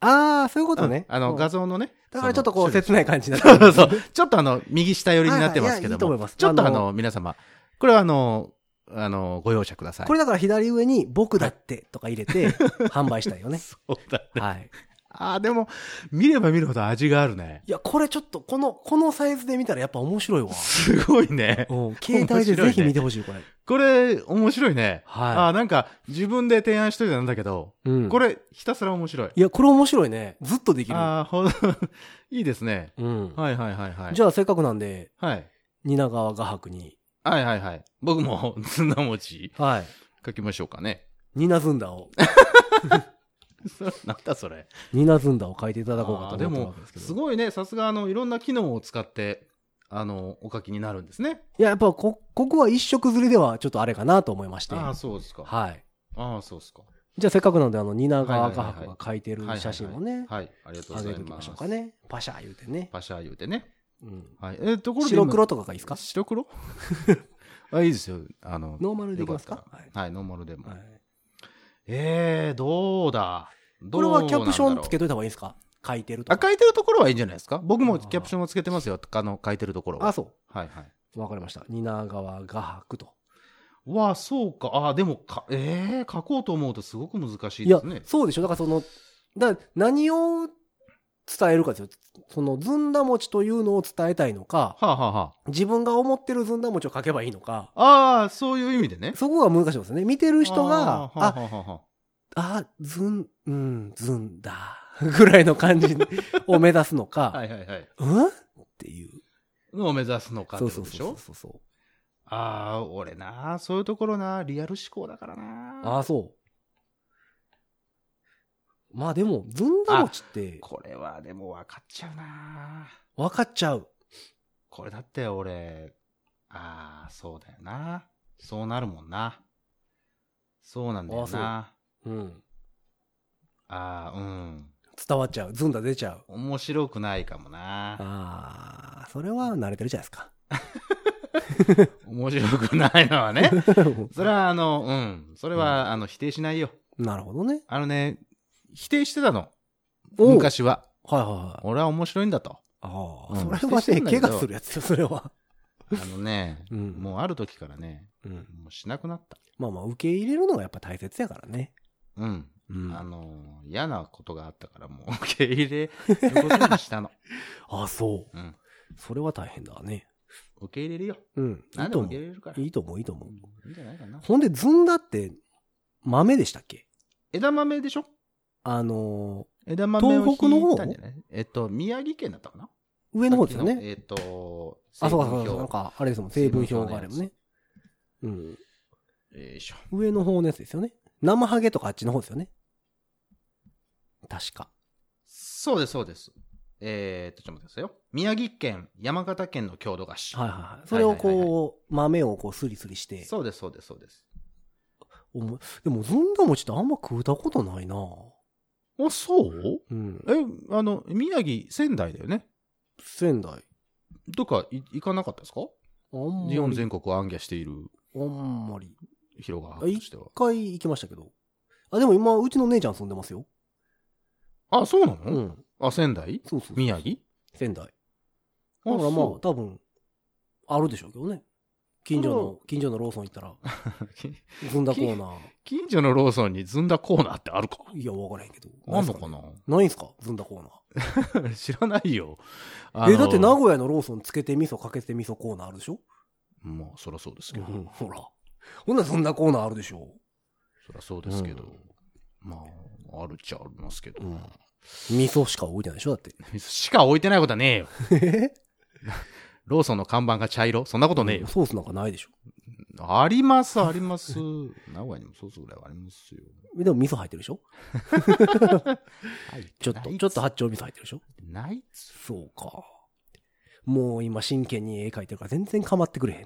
[SPEAKER 2] ああ、そういうことね。
[SPEAKER 3] うんあの、
[SPEAKER 2] うん
[SPEAKER 3] 画像のね。
[SPEAKER 2] だからちょっと
[SPEAKER 3] そ
[SPEAKER 2] こ
[SPEAKER 3] の
[SPEAKER 2] う、切ない感じになって
[SPEAKER 3] そ
[SPEAKER 2] る
[SPEAKER 3] うそう。ちょっとあの、右下寄りになってま
[SPEAKER 2] はい
[SPEAKER 3] すけ
[SPEAKER 2] はいいやい
[SPEAKER 3] ど
[SPEAKER 2] いと思
[SPEAKER 3] も。
[SPEAKER 2] います
[SPEAKER 3] ちょっとあ
[SPEAKER 2] あ
[SPEAKER 3] の、皆様、これはあの、あの、ご容赦ください。
[SPEAKER 2] これだから左上に僕だってとか入れ
[SPEAKER 3] *laughs*
[SPEAKER 2] て販売したいよね。
[SPEAKER 3] そうだね。
[SPEAKER 2] はい。
[SPEAKER 3] ああ、でも、見れば見るほど味があるね。
[SPEAKER 2] いや、これちょっとこの、このサイズで見たらやっぱ面白いわ。
[SPEAKER 3] すごいね。
[SPEAKER 2] うん。 *laughs* 携帯でぜひ見てほしい、これ。
[SPEAKER 3] これ、面白いね。
[SPEAKER 2] はい
[SPEAKER 3] ああ、なんか、自分で提案しといてなんだけど、
[SPEAKER 2] うん。
[SPEAKER 3] これ、ひたすら面白い。
[SPEAKER 2] いや、これ面白いね。ずっとできる。
[SPEAKER 3] ああ、ほん *laughs* いいですね。
[SPEAKER 2] うん。
[SPEAKER 3] はいはいはいはい。
[SPEAKER 2] じゃあ、せっかくなんで、
[SPEAKER 3] はい。
[SPEAKER 2] 蜷川画伯に。
[SPEAKER 3] はいはいはい。僕も、 *laughs* ずんだ餅、
[SPEAKER 2] はい。
[SPEAKER 3] 書きましょうかね。 *laughs*
[SPEAKER 2] 蜷ずんだを、
[SPEAKER 3] そなんだそれ。
[SPEAKER 2] 蜷ずんだを書いていただこうか
[SPEAKER 3] あー
[SPEAKER 2] と
[SPEAKER 3] で
[SPEAKER 2] 思ってるわ
[SPEAKER 3] も
[SPEAKER 2] けです、けど。
[SPEAKER 3] すごいね。さすが、あの、いろんな機能を使って、あの、お書きになるんですね。
[SPEAKER 2] いや、やっぱこ、ここは一色ずりではちょっとあれかなと思いまして。
[SPEAKER 3] ああ、
[SPEAKER 2] は
[SPEAKER 3] そうですか。
[SPEAKER 2] い。
[SPEAKER 3] ああ、そうですか。
[SPEAKER 2] じゃあ、せっかくなんで、あの、蜷川画伯が書いてる写真もね、
[SPEAKER 3] はい。ありがとう
[SPEAKER 2] あ
[SPEAKER 3] ござ
[SPEAKER 2] げ
[SPEAKER 3] い
[SPEAKER 2] ておき
[SPEAKER 3] ま。
[SPEAKER 2] ますしょうかね。パシャ言うてね。
[SPEAKER 3] パシャ言うてね。
[SPEAKER 2] うん。
[SPEAKER 3] はい。えー、ところで今
[SPEAKER 2] 白黒とかがいいですか
[SPEAKER 3] 白黒 *laughs* あ、いいですよ。あの、
[SPEAKER 2] ノーマルでいきますか
[SPEAKER 3] よったらはい、ノーマルでも。
[SPEAKER 2] はい
[SPEAKER 3] えー、どうだ
[SPEAKER 2] こ
[SPEAKER 3] どう
[SPEAKER 2] れ
[SPEAKER 3] なんだろ
[SPEAKER 2] はキャ
[SPEAKER 3] う
[SPEAKER 2] プションつけといた方がいいですか書いてると
[SPEAKER 3] あ、
[SPEAKER 2] か。
[SPEAKER 3] 書いてるところはいいんじゃないですか僕もキャプションをつけてますよ。あの、書いてるところは。
[SPEAKER 2] あ、そ
[SPEAKER 3] はいはい。
[SPEAKER 2] う。わかりました。蜷川画伯と。
[SPEAKER 3] わあ、そうか。あーでもか、えー、書こうと思うとすごく難しい
[SPEAKER 2] い
[SPEAKER 3] で
[SPEAKER 2] や
[SPEAKER 3] すね、。
[SPEAKER 2] そうでしょ。だからその、だから何を伝えるかですよ。その、ずんだ餅というのを伝えたいのか、
[SPEAKER 3] はあ、はあは
[SPEAKER 2] 自分が思ってるずんだ餅を書けばいいのか、
[SPEAKER 3] あ、あーそういう意味でね。
[SPEAKER 2] そこが難しいですね。見てる人が、
[SPEAKER 3] あーはあ
[SPEAKER 2] あ、
[SPEAKER 3] はあはあは
[SPEAKER 2] あ、ずん、うん、ずんだ、ぐらいの感 *laughs* じを目指すの
[SPEAKER 3] あは
[SPEAKER 2] か、
[SPEAKER 3] いはいはい。
[SPEAKER 2] うんっていう。
[SPEAKER 3] のを目指すのかって
[SPEAKER 2] そう
[SPEAKER 3] こと
[SPEAKER 2] そう
[SPEAKER 3] でし
[SPEAKER 2] そうそ
[SPEAKER 3] ょ
[SPEAKER 2] うそう。
[SPEAKER 3] ああ、俺な、そういうところな、リアル思考だからな。
[SPEAKER 2] ああ、そう。まあでも、ずんだ餅って
[SPEAKER 3] これはでも分かっちゃうな。
[SPEAKER 2] 分かっちゃう。
[SPEAKER 3] これだって俺、ああ、そうだよな。そうなるもんな。そうなんだよな。
[SPEAKER 2] うん。
[SPEAKER 3] ああー、うん。
[SPEAKER 2] 伝わっちゃう。ずんだ出ちゃう。
[SPEAKER 3] 面白くないかもな。
[SPEAKER 2] ああ、それは慣れてるじゃないですか。
[SPEAKER 3] 面白くないのはね。 *laughs*
[SPEAKER 2] *laughs*
[SPEAKER 3] それ
[SPEAKER 2] は。
[SPEAKER 3] はあの、うん。それは、あの、否定しないよ。
[SPEAKER 2] なるほどね。
[SPEAKER 3] あのね、否定してたの。
[SPEAKER 2] おう
[SPEAKER 3] 昔は。
[SPEAKER 2] はいはいはい。
[SPEAKER 3] 俺は面白いんだと。
[SPEAKER 2] ああ、
[SPEAKER 3] うん
[SPEAKER 2] それは
[SPEAKER 3] して
[SPEAKER 2] ね、
[SPEAKER 3] んだけ
[SPEAKER 2] 怪
[SPEAKER 3] ど
[SPEAKER 2] 我するやつよ、それは。、
[SPEAKER 3] *laughs* あのね
[SPEAKER 2] うん
[SPEAKER 3] もうある時からね、
[SPEAKER 2] うん。
[SPEAKER 3] もうしなくなった。
[SPEAKER 2] まあまあ、受け入れるのがやっぱ大切やからね。
[SPEAKER 3] うん。
[SPEAKER 2] うん。
[SPEAKER 3] あ
[SPEAKER 2] あ
[SPEAKER 3] の、嫌なことがあったからもう *laughs* 受け入れることにし
[SPEAKER 2] *laughs*
[SPEAKER 3] たの。
[SPEAKER 2] そう。
[SPEAKER 3] うん。
[SPEAKER 2] それは大変だね。
[SPEAKER 3] 受け入れるよ。
[SPEAKER 2] うん。いい
[SPEAKER 3] 何で
[SPEAKER 2] と
[SPEAKER 3] も
[SPEAKER 2] 思
[SPEAKER 3] 受け入
[SPEAKER 2] う。
[SPEAKER 3] れるから。
[SPEAKER 2] いいと思う、いいと思う。
[SPEAKER 3] いいんじゃないかな。
[SPEAKER 2] ほんで、ずんだって、豆でしたっけ
[SPEAKER 3] 枝豆でしょ
[SPEAKER 2] あの
[SPEAKER 3] 枝豆を
[SPEAKER 2] 東北の方
[SPEAKER 3] 引いたんじゃないえっと、宮城県だったかな
[SPEAKER 2] ー上の方ですよ
[SPEAKER 3] さっき
[SPEAKER 2] ね。
[SPEAKER 3] のえっと、
[SPEAKER 2] あ、そうかそ
[SPEAKER 3] 成分
[SPEAKER 2] うか。
[SPEAKER 3] 表
[SPEAKER 2] なんか、あれですもん、成分表があれも
[SPEAKER 3] 成分
[SPEAKER 2] ね。うん。
[SPEAKER 3] よいしょ。
[SPEAKER 2] 上の方のやつですよね。生ハゲとかあっちの方ですよね。確か。
[SPEAKER 3] そうです、そうです。えーっと、ちょっと待ってくださいよ。宮城県、山形県の郷土菓子。
[SPEAKER 2] はいはいはい。それをこう、
[SPEAKER 3] はいはい
[SPEAKER 2] 豆をこう、スリスリして。
[SPEAKER 3] そうです、そうです、そうです。
[SPEAKER 2] おもでも、ずんだ餅ってあんま食うたことないな
[SPEAKER 3] あ、そう
[SPEAKER 2] うん。
[SPEAKER 3] え、あの、宮城、仙台だよね。
[SPEAKER 2] 仙台。
[SPEAKER 3] とか、い行かなかったですか
[SPEAKER 2] あんま
[SPEAKER 3] 日本
[SPEAKER 2] り。
[SPEAKER 3] 全国を暗記している
[SPEAKER 2] あんまり。
[SPEAKER 3] 広がとしては
[SPEAKER 2] 一。回行きましたけど。あ、でも今、うちの姉ちゃん住んでますよ。
[SPEAKER 3] あ、そうな
[SPEAKER 2] う
[SPEAKER 3] の、
[SPEAKER 2] ん。
[SPEAKER 3] あ、仙台
[SPEAKER 2] そうそう。
[SPEAKER 3] 宮城
[SPEAKER 2] 仙台。
[SPEAKER 3] あ
[SPEAKER 2] だからまあ、
[SPEAKER 3] そ
[SPEAKER 2] 多分、あるでしょうけどね。近所の、近所のローソン行ったら、
[SPEAKER 3] う
[SPEAKER 2] ずんだコーナ
[SPEAKER 3] 近所のローソンにずんだコーナーってあるか
[SPEAKER 2] ー。いや、わからへんけど。
[SPEAKER 3] あんのか
[SPEAKER 2] な
[SPEAKER 3] な
[SPEAKER 2] ないんすかずんだコーナ
[SPEAKER 3] 知らない *laughs* よ。あ
[SPEAKER 2] ー。
[SPEAKER 3] の
[SPEAKER 2] え、だって名古屋のローソンつけて味噌かけて味噌コーナーあるでしょ
[SPEAKER 3] まあ、そらそうですけど。
[SPEAKER 2] うん *laughs* ほら。ほんならずんだコーナーあるでしょ
[SPEAKER 3] そらそうですけど。
[SPEAKER 2] うん
[SPEAKER 3] まあ、あるっちゃありますけど。
[SPEAKER 2] うん味噌しか置いてないでしょだって。
[SPEAKER 3] *laughs* しか置いてないことはねえよ。
[SPEAKER 2] *laughs* え
[SPEAKER 3] ローソンの看板が茶色そんなことねえよ。
[SPEAKER 2] ソースなんかないでしょ
[SPEAKER 3] あります、あります。名古屋にもソースぐらいはありますよ。
[SPEAKER 2] でも味噌入ってるでしょ
[SPEAKER 3] はい
[SPEAKER 2] ちょっと、ちょっと八丁味噌入ってるでしょ
[SPEAKER 3] ナイツ
[SPEAKER 2] そうか。もう今真剣に絵描いてるから全然構ってくれ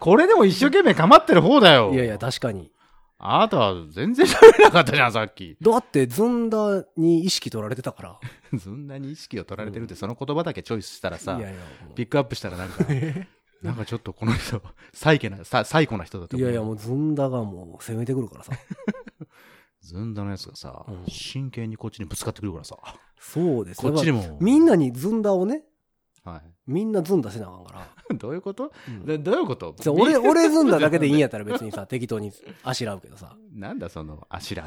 [SPEAKER 3] これでも一生懸命構ってる方だ
[SPEAKER 2] へ
[SPEAKER 3] よ。
[SPEAKER 2] *laughs* ん。いやいや、確かに。
[SPEAKER 3] あなたは全然喋れなかったじゃん、さっき。
[SPEAKER 2] だってずんだに意識取られてたか
[SPEAKER 3] そんなに意識を取られてるって、その言葉だけチョイスしたら
[SPEAKER 2] ら。
[SPEAKER 3] さ
[SPEAKER 2] い、やいや。もう
[SPEAKER 3] ピックアップしたらなんか、 *laughs* なんかちょっとこの人、サイケな、さサイコな人だと
[SPEAKER 2] い
[SPEAKER 3] 思う。
[SPEAKER 2] やいや、もうずんだがもう攻めてくるからさ。
[SPEAKER 3] ずんだのやつがさ、
[SPEAKER 2] うん
[SPEAKER 3] 真剣にこっちにぶつかってくるからさ、
[SPEAKER 2] そうです
[SPEAKER 3] こっちに
[SPEAKER 2] も。
[SPEAKER 3] も。
[SPEAKER 2] みんなにずんだをね、
[SPEAKER 3] は
[SPEAKER 2] みんなずんだせなあかん
[SPEAKER 3] *laughs*
[SPEAKER 2] から。
[SPEAKER 3] い。どういうこと
[SPEAKER 2] うん
[SPEAKER 3] でどういうこと
[SPEAKER 2] じゃあ俺、俺ずんだだけでいいんやったら別にさ、適当にあしらうけどさ。
[SPEAKER 3] *laughs* なんだその、あしらう。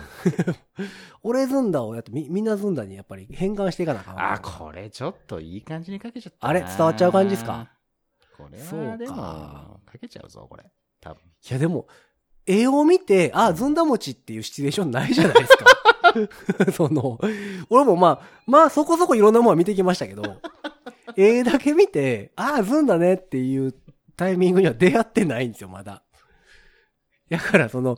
[SPEAKER 2] 俺ずんだをやってみ、みんなずんだにやっぱり変換していかなあかんから
[SPEAKER 3] あ、これちょっといい感じにかけちゃったな。
[SPEAKER 2] あれ伝わっちゃう感じっすか
[SPEAKER 3] これ
[SPEAKER 2] そうか
[SPEAKER 3] はでも、かけちゃうぞ、これ。多分。
[SPEAKER 2] いやでも、絵を見て、あ、ずんだ餅っていうシチュエーションないじゃないですか。
[SPEAKER 3] *laughs*
[SPEAKER 2] その、俺もまあ、まあそこそこいろんなものは見てきましたけ
[SPEAKER 3] *laughs*
[SPEAKER 2] ど、絵だけ見て、あ、ずんだねっていうタイミングには出会ってないんですよ、まだ。だからその、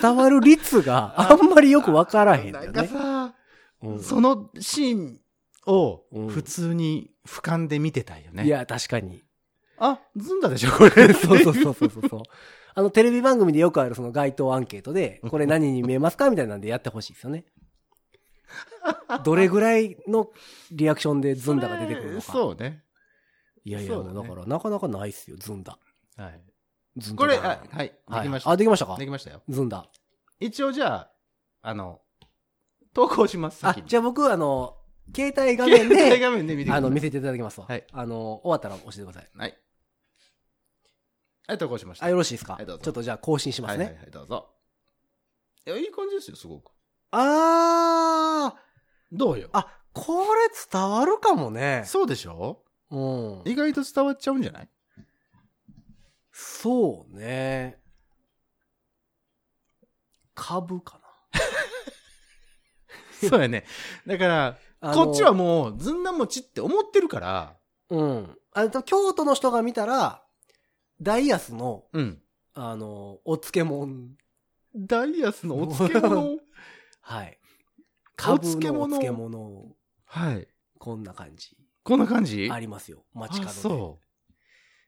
[SPEAKER 2] 伝わる率があんまりよくわからへんだ
[SPEAKER 3] な
[SPEAKER 2] よ
[SPEAKER 3] んか
[SPEAKER 2] ね。
[SPEAKER 3] さ、
[SPEAKER 2] うん
[SPEAKER 3] そのシーンを
[SPEAKER 2] うん
[SPEAKER 3] 普通に俯瞰で見てたいよね。
[SPEAKER 2] いや、確かに。
[SPEAKER 3] あ、ずんだでしょ、これ。
[SPEAKER 2] *laughs* そうそうそうそうそうそう。あの、テレビ番組でよくあるその街頭アンケートで、これ何に見えますかみたいなんでやってほしいですよね。どれぐらいのリアクションでズンダが出てくるのか。
[SPEAKER 3] そうね。
[SPEAKER 2] いやいや、
[SPEAKER 3] そうだね
[SPEAKER 2] だからなかなかないっすよ、ズンダ。
[SPEAKER 3] はい。
[SPEAKER 2] ズンダ
[SPEAKER 3] これ、
[SPEAKER 2] が
[SPEAKER 3] あはい、できまし
[SPEAKER 2] あ、
[SPEAKER 3] た。
[SPEAKER 2] できましたか
[SPEAKER 3] できましたよ。
[SPEAKER 2] ズンダ。
[SPEAKER 3] 一応じゃあ、あの、投稿します、
[SPEAKER 2] あ
[SPEAKER 3] 先に。、
[SPEAKER 2] じゃあ僕、あの、携帯画
[SPEAKER 3] 携
[SPEAKER 2] 面
[SPEAKER 3] 帯
[SPEAKER 2] で、
[SPEAKER 3] 画面で見てください
[SPEAKER 2] あの、見せていただきますわ。
[SPEAKER 3] はい
[SPEAKER 2] あの、終わったら教えてください。
[SPEAKER 3] はい。はい、投稿しました。
[SPEAKER 2] あ、よろしいですか、
[SPEAKER 3] はい
[SPEAKER 2] ち
[SPEAKER 3] ど
[SPEAKER 2] ょ
[SPEAKER 3] う
[SPEAKER 2] っ
[SPEAKER 3] ぞ
[SPEAKER 2] とじゃあ更新しますね。
[SPEAKER 3] はいはいはい、どうぞ。いや、いい感じですよ、すごく。
[SPEAKER 2] あー、
[SPEAKER 3] どうよ。
[SPEAKER 2] あ、これ伝わるかもね。
[SPEAKER 3] そうでしょ
[SPEAKER 2] うん。
[SPEAKER 3] 意外と伝わっちゃうんじゃない
[SPEAKER 2] そうね。株か
[SPEAKER 3] *laughs* そうやね。だから、
[SPEAKER 2] な。
[SPEAKER 3] こっちは
[SPEAKER 2] も
[SPEAKER 3] もう、ずんだ餅って思ってるから、
[SPEAKER 2] う。うん。あの、京都の人が見たら、ダイアスの、
[SPEAKER 3] うん。
[SPEAKER 2] あの、お漬物。
[SPEAKER 3] ダイアスのお漬物
[SPEAKER 2] はい。
[SPEAKER 3] お
[SPEAKER 2] 株
[SPEAKER 3] 漬
[SPEAKER 2] の
[SPEAKER 3] 物
[SPEAKER 2] お漬物、
[SPEAKER 3] *laughs* はい。
[SPEAKER 2] こんな感じ。
[SPEAKER 3] こんな感じ
[SPEAKER 2] ありますよ。街角
[SPEAKER 3] あ、
[SPEAKER 2] で。
[SPEAKER 3] そ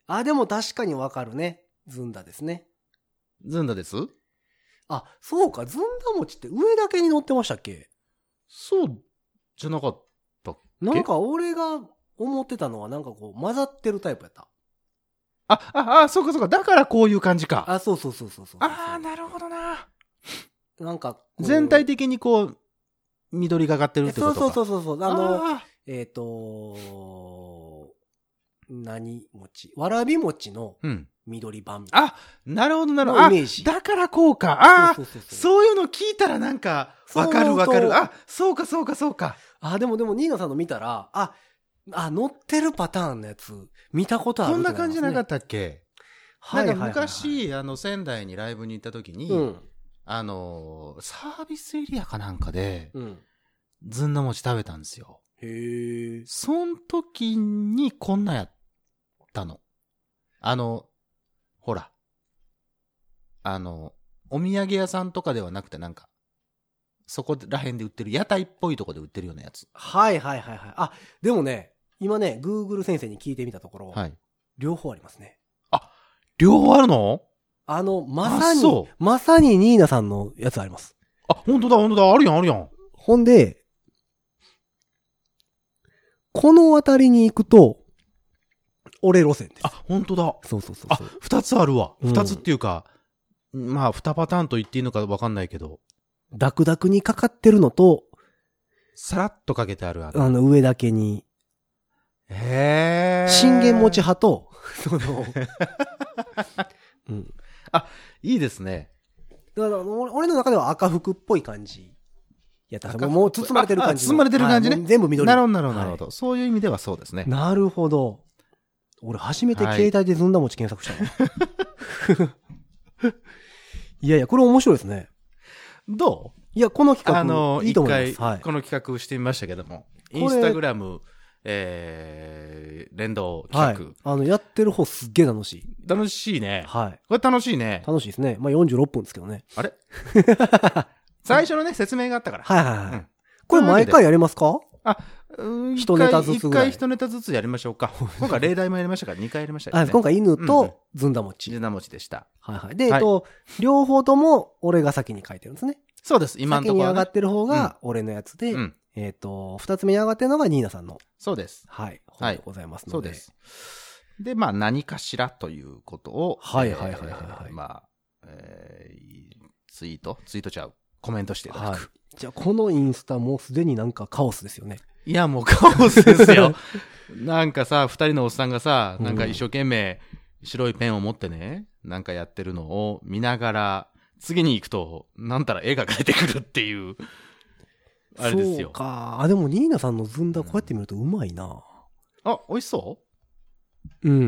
[SPEAKER 2] あ、でも確かにわかるね。ずんだですね。
[SPEAKER 3] う。ずんだです
[SPEAKER 2] あ、そうか。ずんだ餅って上だけに乗ってましたっけ
[SPEAKER 3] そう、じゃなかった。
[SPEAKER 2] なんか俺が思ってたのはなんかこう混ざってるタイプやった。
[SPEAKER 3] あ、あ、あ、そうかそうか。だからこういう感じか。
[SPEAKER 2] あ、そうそうそうそうそうそう。
[SPEAKER 3] あー、なるほどな。
[SPEAKER 2] なんかこう、
[SPEAKER 3] 全体的にこう、緑がかってるって
[SPEAKER 2] そ
[SPEAKER 3] こ
[SPEAKER 2] う
[SPEAKER 3] とか。
[SPEAKER 2] そうそううそうそう。
[SPEAKER 3] あ
[SPEAKER 2] あの、
[SPEAKER 3] ー
[SPEAKER 2] えっ、と、何餅わらび餅の
[SPEAKER 3] うん。
[SPEAKER 2] 緑版。
[SPEAKER 3] あ、なるほどなるほど。
[SPEAKER 2] の
[SPEAKER 3] あ
[SPEAKER 2] イメージ
[SPEAKER 3] だからこうか。ああ、
[SPEAKER 2] そうそうそうそう
[SPEAKER 3] そういうの聞いたらなんか、わかるわか
[SPEAKER 2] そう
[SPEAKER 3] る。
[SPEAKER 2] そう
[SPEAKER 3] あ、そうかそうかそうか。
[SPEAKER 2] あ、でもでも、ニーナさんの見たら、あ、あ、乗ってるパターンのやつ、見たことある
[SPEAKER 3] そんな感じじゃなか
[SPEAKER 2] っ
[SPEAKER 3] ったっけ
[SPEAKER 2] た
[SPEAKER 3] なんか、昔、あの、仙台にライブに行った時に、
[SPEAKER 2] うん。
[SPEAKER 3] あの、サービスエリアかなんかで、
[SPEAKER 2] うん。
[SPEAKER 3] ずんだ餅食べたんですよ。
[SPEAKER 2] へえ。
[SPEAKER 3] そん時にこんなんやったの。あの、ほら。あの、お土産屋さんとかではなくてなんか、そこら辺で売ってる、屋台っぽいとこで売ってるようなやつ。
[SPEAKER 2] はいはいはいはい。あ、でもね、今ね、Google 先生に聞いてみたところ、
[SPEAKER 3] はい。
[SPEAKER 2] 両方ありますね。
[SPEAKER 3] 両方あるの
[SPEAKER 2] あの、まさ
[SPEAKER 3] あそ
[SPEAKER 2] に、まさにニーナさんのやつあります。
[SPEAKER 3] あ、本当だ、本当だ、あるやん、あるやん。
[SPEAKER 2] ほんで、この辺りに行くと、俺路線です
[SPEAKER 3] あ。、本当だ。
[SPEAKER 2] そうそうそう
[SPEAKER 3] あ
[SPEAKER 2] そう。、
[SPEAKER 3] 二つあるわ。
[SPEAKER 2] うん
[SPEAKER 3] 二つっていうか、まあ、二パターンと言っていいのかわかんないけど、
[SPEAKER 2] ダクダクにかかってるのと、
[SPEAKER 3] さらっとかけてあるあの。
[SPEAKER 2] あの、上だけに
[SPEAKER 3] へえ。
[SPEAKER 2] 信玄餅派と、 *laughs* その、うん。
[SPEAKER 3] いいですね。
[SPEAKER 2] だから俺俺の中では赤服っぽい感じ。やった
[SPEAKER 3] 赤服
[SPEAKER 2] もう包まれてる感じの。
[SPEAKER 3] ああ包まれてる感じね
[SPEAKER 2] はいもう全部緑。
[SPEAKER 3] なるほど、なるほど、なる
[SPEAKER 2] は
[SPEAKER 3] ほ
[SPEAKER 2] い
[SPEAKER 3] ど。そういう意味ではそうですね。
[SPEAKER 2] なるほど。俺初めて携帯でずんだ餅検索したの。 *laughs* い、やいや、これ面白いですね。
[SPEAKER 3] ど
[SPEAKER 2] いや、この
[SPEAKER 3] う
[SPEAKER 2] 企画、
[SPEAKER 3] あの、
[SPEAKER 2] いい
[SPEAKER 3] 一
[SPEAKER 2] と思い
[SPEAKER 3] 回、
[SPEAKER 2] ます。はい。
[SPEAKER 3] この企画してみましたけども、
[SPEAKER 2] れ
[SPEAKER 3] インスタグラム、えー、連動
[SPEAKER 2] はい
[SPEAKER 3] 企画。。
[SPEAKER 2] あの、やってる方すっげえ楽しい。
[SPEAKER 3] 楽しいね。
[SPEAKER 2] はい。
[SPEAKER 3] これ楽しいね。
[SPEAKER 2] 楽しいですね。まあ、46分ですけどね。*laughs*
[SPEAKER 3] あれ最初のね、説明があったから。
[SPEAKER 2] はいはいはい。
[SPEAKER 3] うん
[SPEAKER 2] これ毎回やりますか
[SPEAKER 3] うん
[SPEAKER 2] 一ネタずつ
[SPEAKER 3] 一
[SPEAKER 2] ぐらい
[SPEAKER 3] 回一回一ネタずつやりましょう
[SPEAKER 2] *laughs*
[SPEAKER 3] か。今回例題もやりましたから、二回やりましたか
[SPEAKER 2] あ
[SPEAKER 3] ら、
[SPEAKER 2] 今
[SPEAKER 3] ね。
[SPEAKER 2] 回犬
[SPEAKER 3] うんうん
[SPEAKER 2] とずんだ餅。
[SPEAKER 3] ちなもちでした。
[SPEAKER 2] はいはい。で、
[SPEAKER 3] はい
[SPEAKER 2] えっと、両方とも俺が先に書いてるんですね。
[SPEAKER 3] そうです、今のと
[SPEAKER 2] 先
[SPEAKER 3] こ
[SPEAKER 2] に
[SPEAKER 3] ろ
[SPEAKER 2] 上
[SPEAKER 3] ね、
[SPEAKER 2] がってる方が俺のやつで、
[SPEAKER 3] うん。
[SPEAKER 2] えっと、二つ目に上がってるのがニーナさんの、
[SPEAKER 3] そうです。
[SPEAKER 2] はい、方
[SPEAKER 3] はい
[SPEAKER 2] でございます
[SPEAKER 3] そ
[SPEAKER 2] の
[SPEAKER 3] う
[SPEAKER 2] で。
[SPEAKER 3] です。で、まあ、何かしらということを、
[SPEAKER 2] はいはいはいはいはい
[SPEAKER 3] えーまあ、えーツイートツイートちゃう。コメントしていただく。
[SPEAKER 2] はい。じゃあ、このインスタもうすでになんかカオスですよね。
[SPEAKER 3] い、や、もうカオスですよ。 *laughs* なんかさ、二人のおっさんがさ、なんか一生懸命白いペンを持ってね、なんかやってるのを見ながら、次に行くと、なんたら絵が描いてくるっていう、あれです
[SPEAKER 2] そ
[SPEAKER 3] よ
[SPEAKER 2] う。か。あ、でもニーナさんのずんだこうやって見るとうまいな。
[SPEAKER 3] あ、美味しそ
[SPEAKER 2] うん。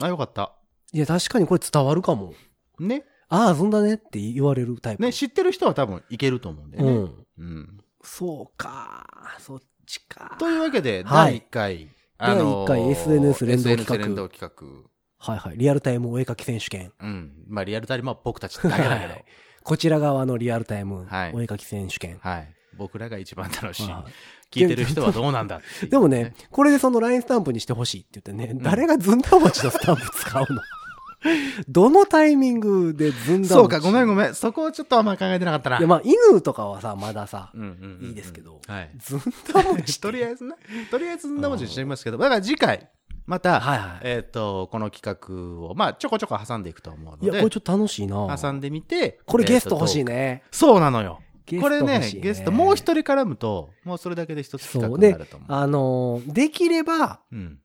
[SPEAKER 3] うあ、よかった。
[SPEAKER 2] いや、確かにこれ伝わるかも。
[SPEAKER 3] ね。
[SPEAKER 2] ああ、ずんだねって言われるタイプ。
[SPEAKER 3] ね、知ってる人は多分いけると思うんで
[SPEAKER 2] う
[SPEAKER 3] ね。
[SPEAKER 2] ん。
[SPEAKER 3] うん
[SPEAKER 2] そうか。そっちか。
[SPEAKER 3] というわけで、
[SPEAKER 2] はい
[SPEAKER 3] 第1回、
[SPEAKER 2] 第一回 SNS 連動企画
[SPEAKER 3] SNS 連動企
[SPEAKER 2] はいはい。リアルタイムお絵描き選手権。
[SPEAKER 3] 画。うん。まあ、リアルタイムは僕たちだけだけど。
[SPEAKER 2] こちら側のリアルタイム
[SPEAKER 3] はい
[SPEAKER 2] お絵描き選手権。
[SPEAKER 3] はい。僕らが一番楽しい。
[SPEAKER 2] は
[SPEAKER 3] 聞いてる人はどうなんだっていう
[SPEAKER 2] *laughs* いでもね、、これでその LINE スタンプにしてほしいって言ってね、誰がずんだ餅のスタンプ使うの *laughs* どのタイミングでずんだ餅
[SPEAKER 3] そうか、ごめんご
[SPEAKER 2] ん。
[SPEAKER 3] めん。そこをちょっとあんま考えてなかったな。
[SPEAKER 2] いやまあ、犬とかはさ、まださ
[SPEAKER 3] う、んうんうん
[SPEAKER 2] いいですけど
[SPEAKER 3] はい。
[SPEAKER 2] ずんだ餅。
[SPEAKER 3] *laughs* とり
[SPEAKER 2] え
[SPEAKER 3] あえずね、とりあえずんな文字にしてみますけど、だから次回、また、
[SPEAKER 2] はいはい。
[SPEAKER 3] えっ、と、この企画を、まあ、ちょこちょこ挟んでいくと思うの
[SPEAKER 2] い
[SPEAKER 3] で、
[SPEAKER 2] や、これちょっと楽しいな
[SPEAKER 3] 挟んでみて、
[SPEAKER 2] これゲスト欲しい
[SPEAKER 3] ね。
[SPEAKER 2] ね。
[SPEAKER 3] そうなのよ。
[SPEAKER 2] ゲスト
[SPEAKER 3] これ
[SPEAKER 2] 欲
[SPEAKER 3] ね
[SPEAKER 2] しい
[SPEAKER 3] ゲストもう一人絡むともうそれだけで一つ企
[SPEAKER 2] そ
[SPEAKER 3] 画
[SPEAKER 2] う
[SPEAKER 3] に
[SPEAKER 2] で
[SPEAKER 3] なると思う
[SPEAKER 2] あのー、できれば、
[SPEAKER 3] うん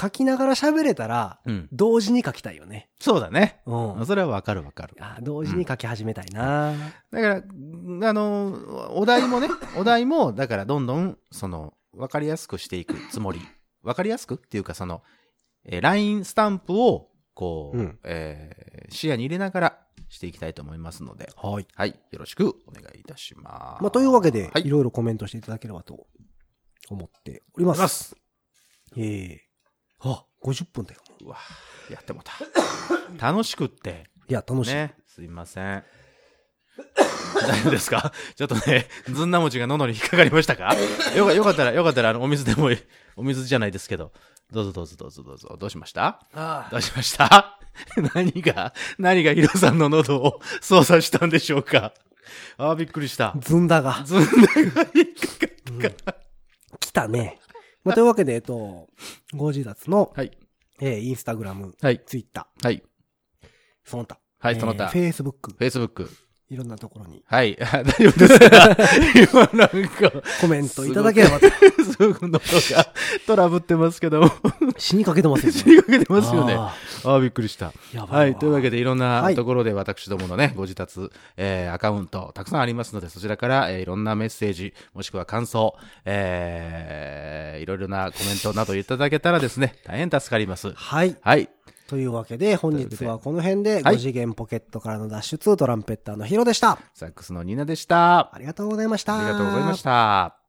[SPEAKER 2] 書きながら喋れたら、
[SPEAKER 3] うん
[SPEAKER 2] 同時に書きたいよね。
[SPEAKER 3] そうだね
[SPEAKER 2] うん。
[SPEAKER 3] それはわかるわかる
[SPEAKER 2] あ同時に書き始めたいな、
[SPEAKER 3] だからうんあのお題
[SPEAKER 2] *laughs*
[SPEAKER 3] もねお題もだからどんどんそのわかりやすくしていくつもりわかりやすくっていうかそのえー LINE スタンプをこう、
[SPEAKER 2] うん
[SPEAKER 3] えー視野に入れながらしていきたいと思いますので
[SPEAKER 2] はい。
[SPEAKER 3] はいよろしくお願いいたします
[SPEAKER 2] まあ、というわけで
[SPEAKER 3] は、い
[SPEAKER 2] いろいろコメントしていただければと思っております。ええあ、50分だよ。
[SPEAKER 3] うわやってもう
[SPEAKER 2] *laughs*
[SPEAKER 3] た楽しくって
[SPEAKER 2] いや、楽しい。
[SPEAKER 3] ね。すいません。大丈夫ですか *laughs* ちょっとね、ずんな餅が喉に引っかかりましたかよかよかったら、よかったら、あの、お水でもいい、お水じゃないですけど、どうぞどうぞどうぞどうぞ、どうしました
[SPEAKER 2] あ
[SPEAKER 3] どうしました *laughs* 何が、何がヒロさんの喉を *laughs* 操作したんでしょうかああ、びっくりした。
[SPEAKER 2] ずんだが
[SPEAKER 3] ずんなが引っかかったから。
[SPEAKER 2] 来たね。まあ、というわけで、えっと、ゴジダツの、
[SPEAKER 3] はい。
[SPEAKER 2] えー、インスタグラム、
[SPEAKER 3] はい。
[SPEAKER 2] ツイッター、
[SPEAKER 3] はい。
[SPEAKER 2] その他。
[SPEAKER 3] はいその他
[SPEAKER 2] フェイスブック、
[SPEAKER 3] Facebook。
[SPEAKER 2] いろんなところに
[SPEAKER 3] はい。 *laughs* あ大丈夫ですか今なんか、
[SPEAKER 2] コメントいただければと。
[SPEAKER 3] すごく喉がトラブってますけども。
[SPEAKER 2] *laughs* 死にかけてますよ
[SPEAKER 3] *laughs* 死にかけてますよね。あ
[SPEAKER 2] あ
[SPEAKER 3] あー、びっくりした。
[SPEAKER 2] ーやば
[SPEAKER 3] はい。というわけ
[SPEAKER 2] で。
[SPEAKER 3] で、いろん
[SPEAKER 2] は
[SPEAKER 3] ないところで私どものね、ご自宅、えー、アカウント、たくさんありますので、そちらから、えーいろんなメッセージ、もしくは感想、えー、いろいろなコメントなどいただけたらですね、大変助かります。
[SPEAKER 2] はい。
[SPEAKER 3] はい。
[SPEAKER 2] というわけで、本日はこの辺で、
[SPEAKER 3] はい
[SPEAKER 2] 5次元ポケットからの脱出、トランペッターのヒロでした。
[SPEAKER 3] サックスのニーナでした。あ
[SPEAKER 2] ありがとうございました。
[SPEAKER 3] りがとうございました。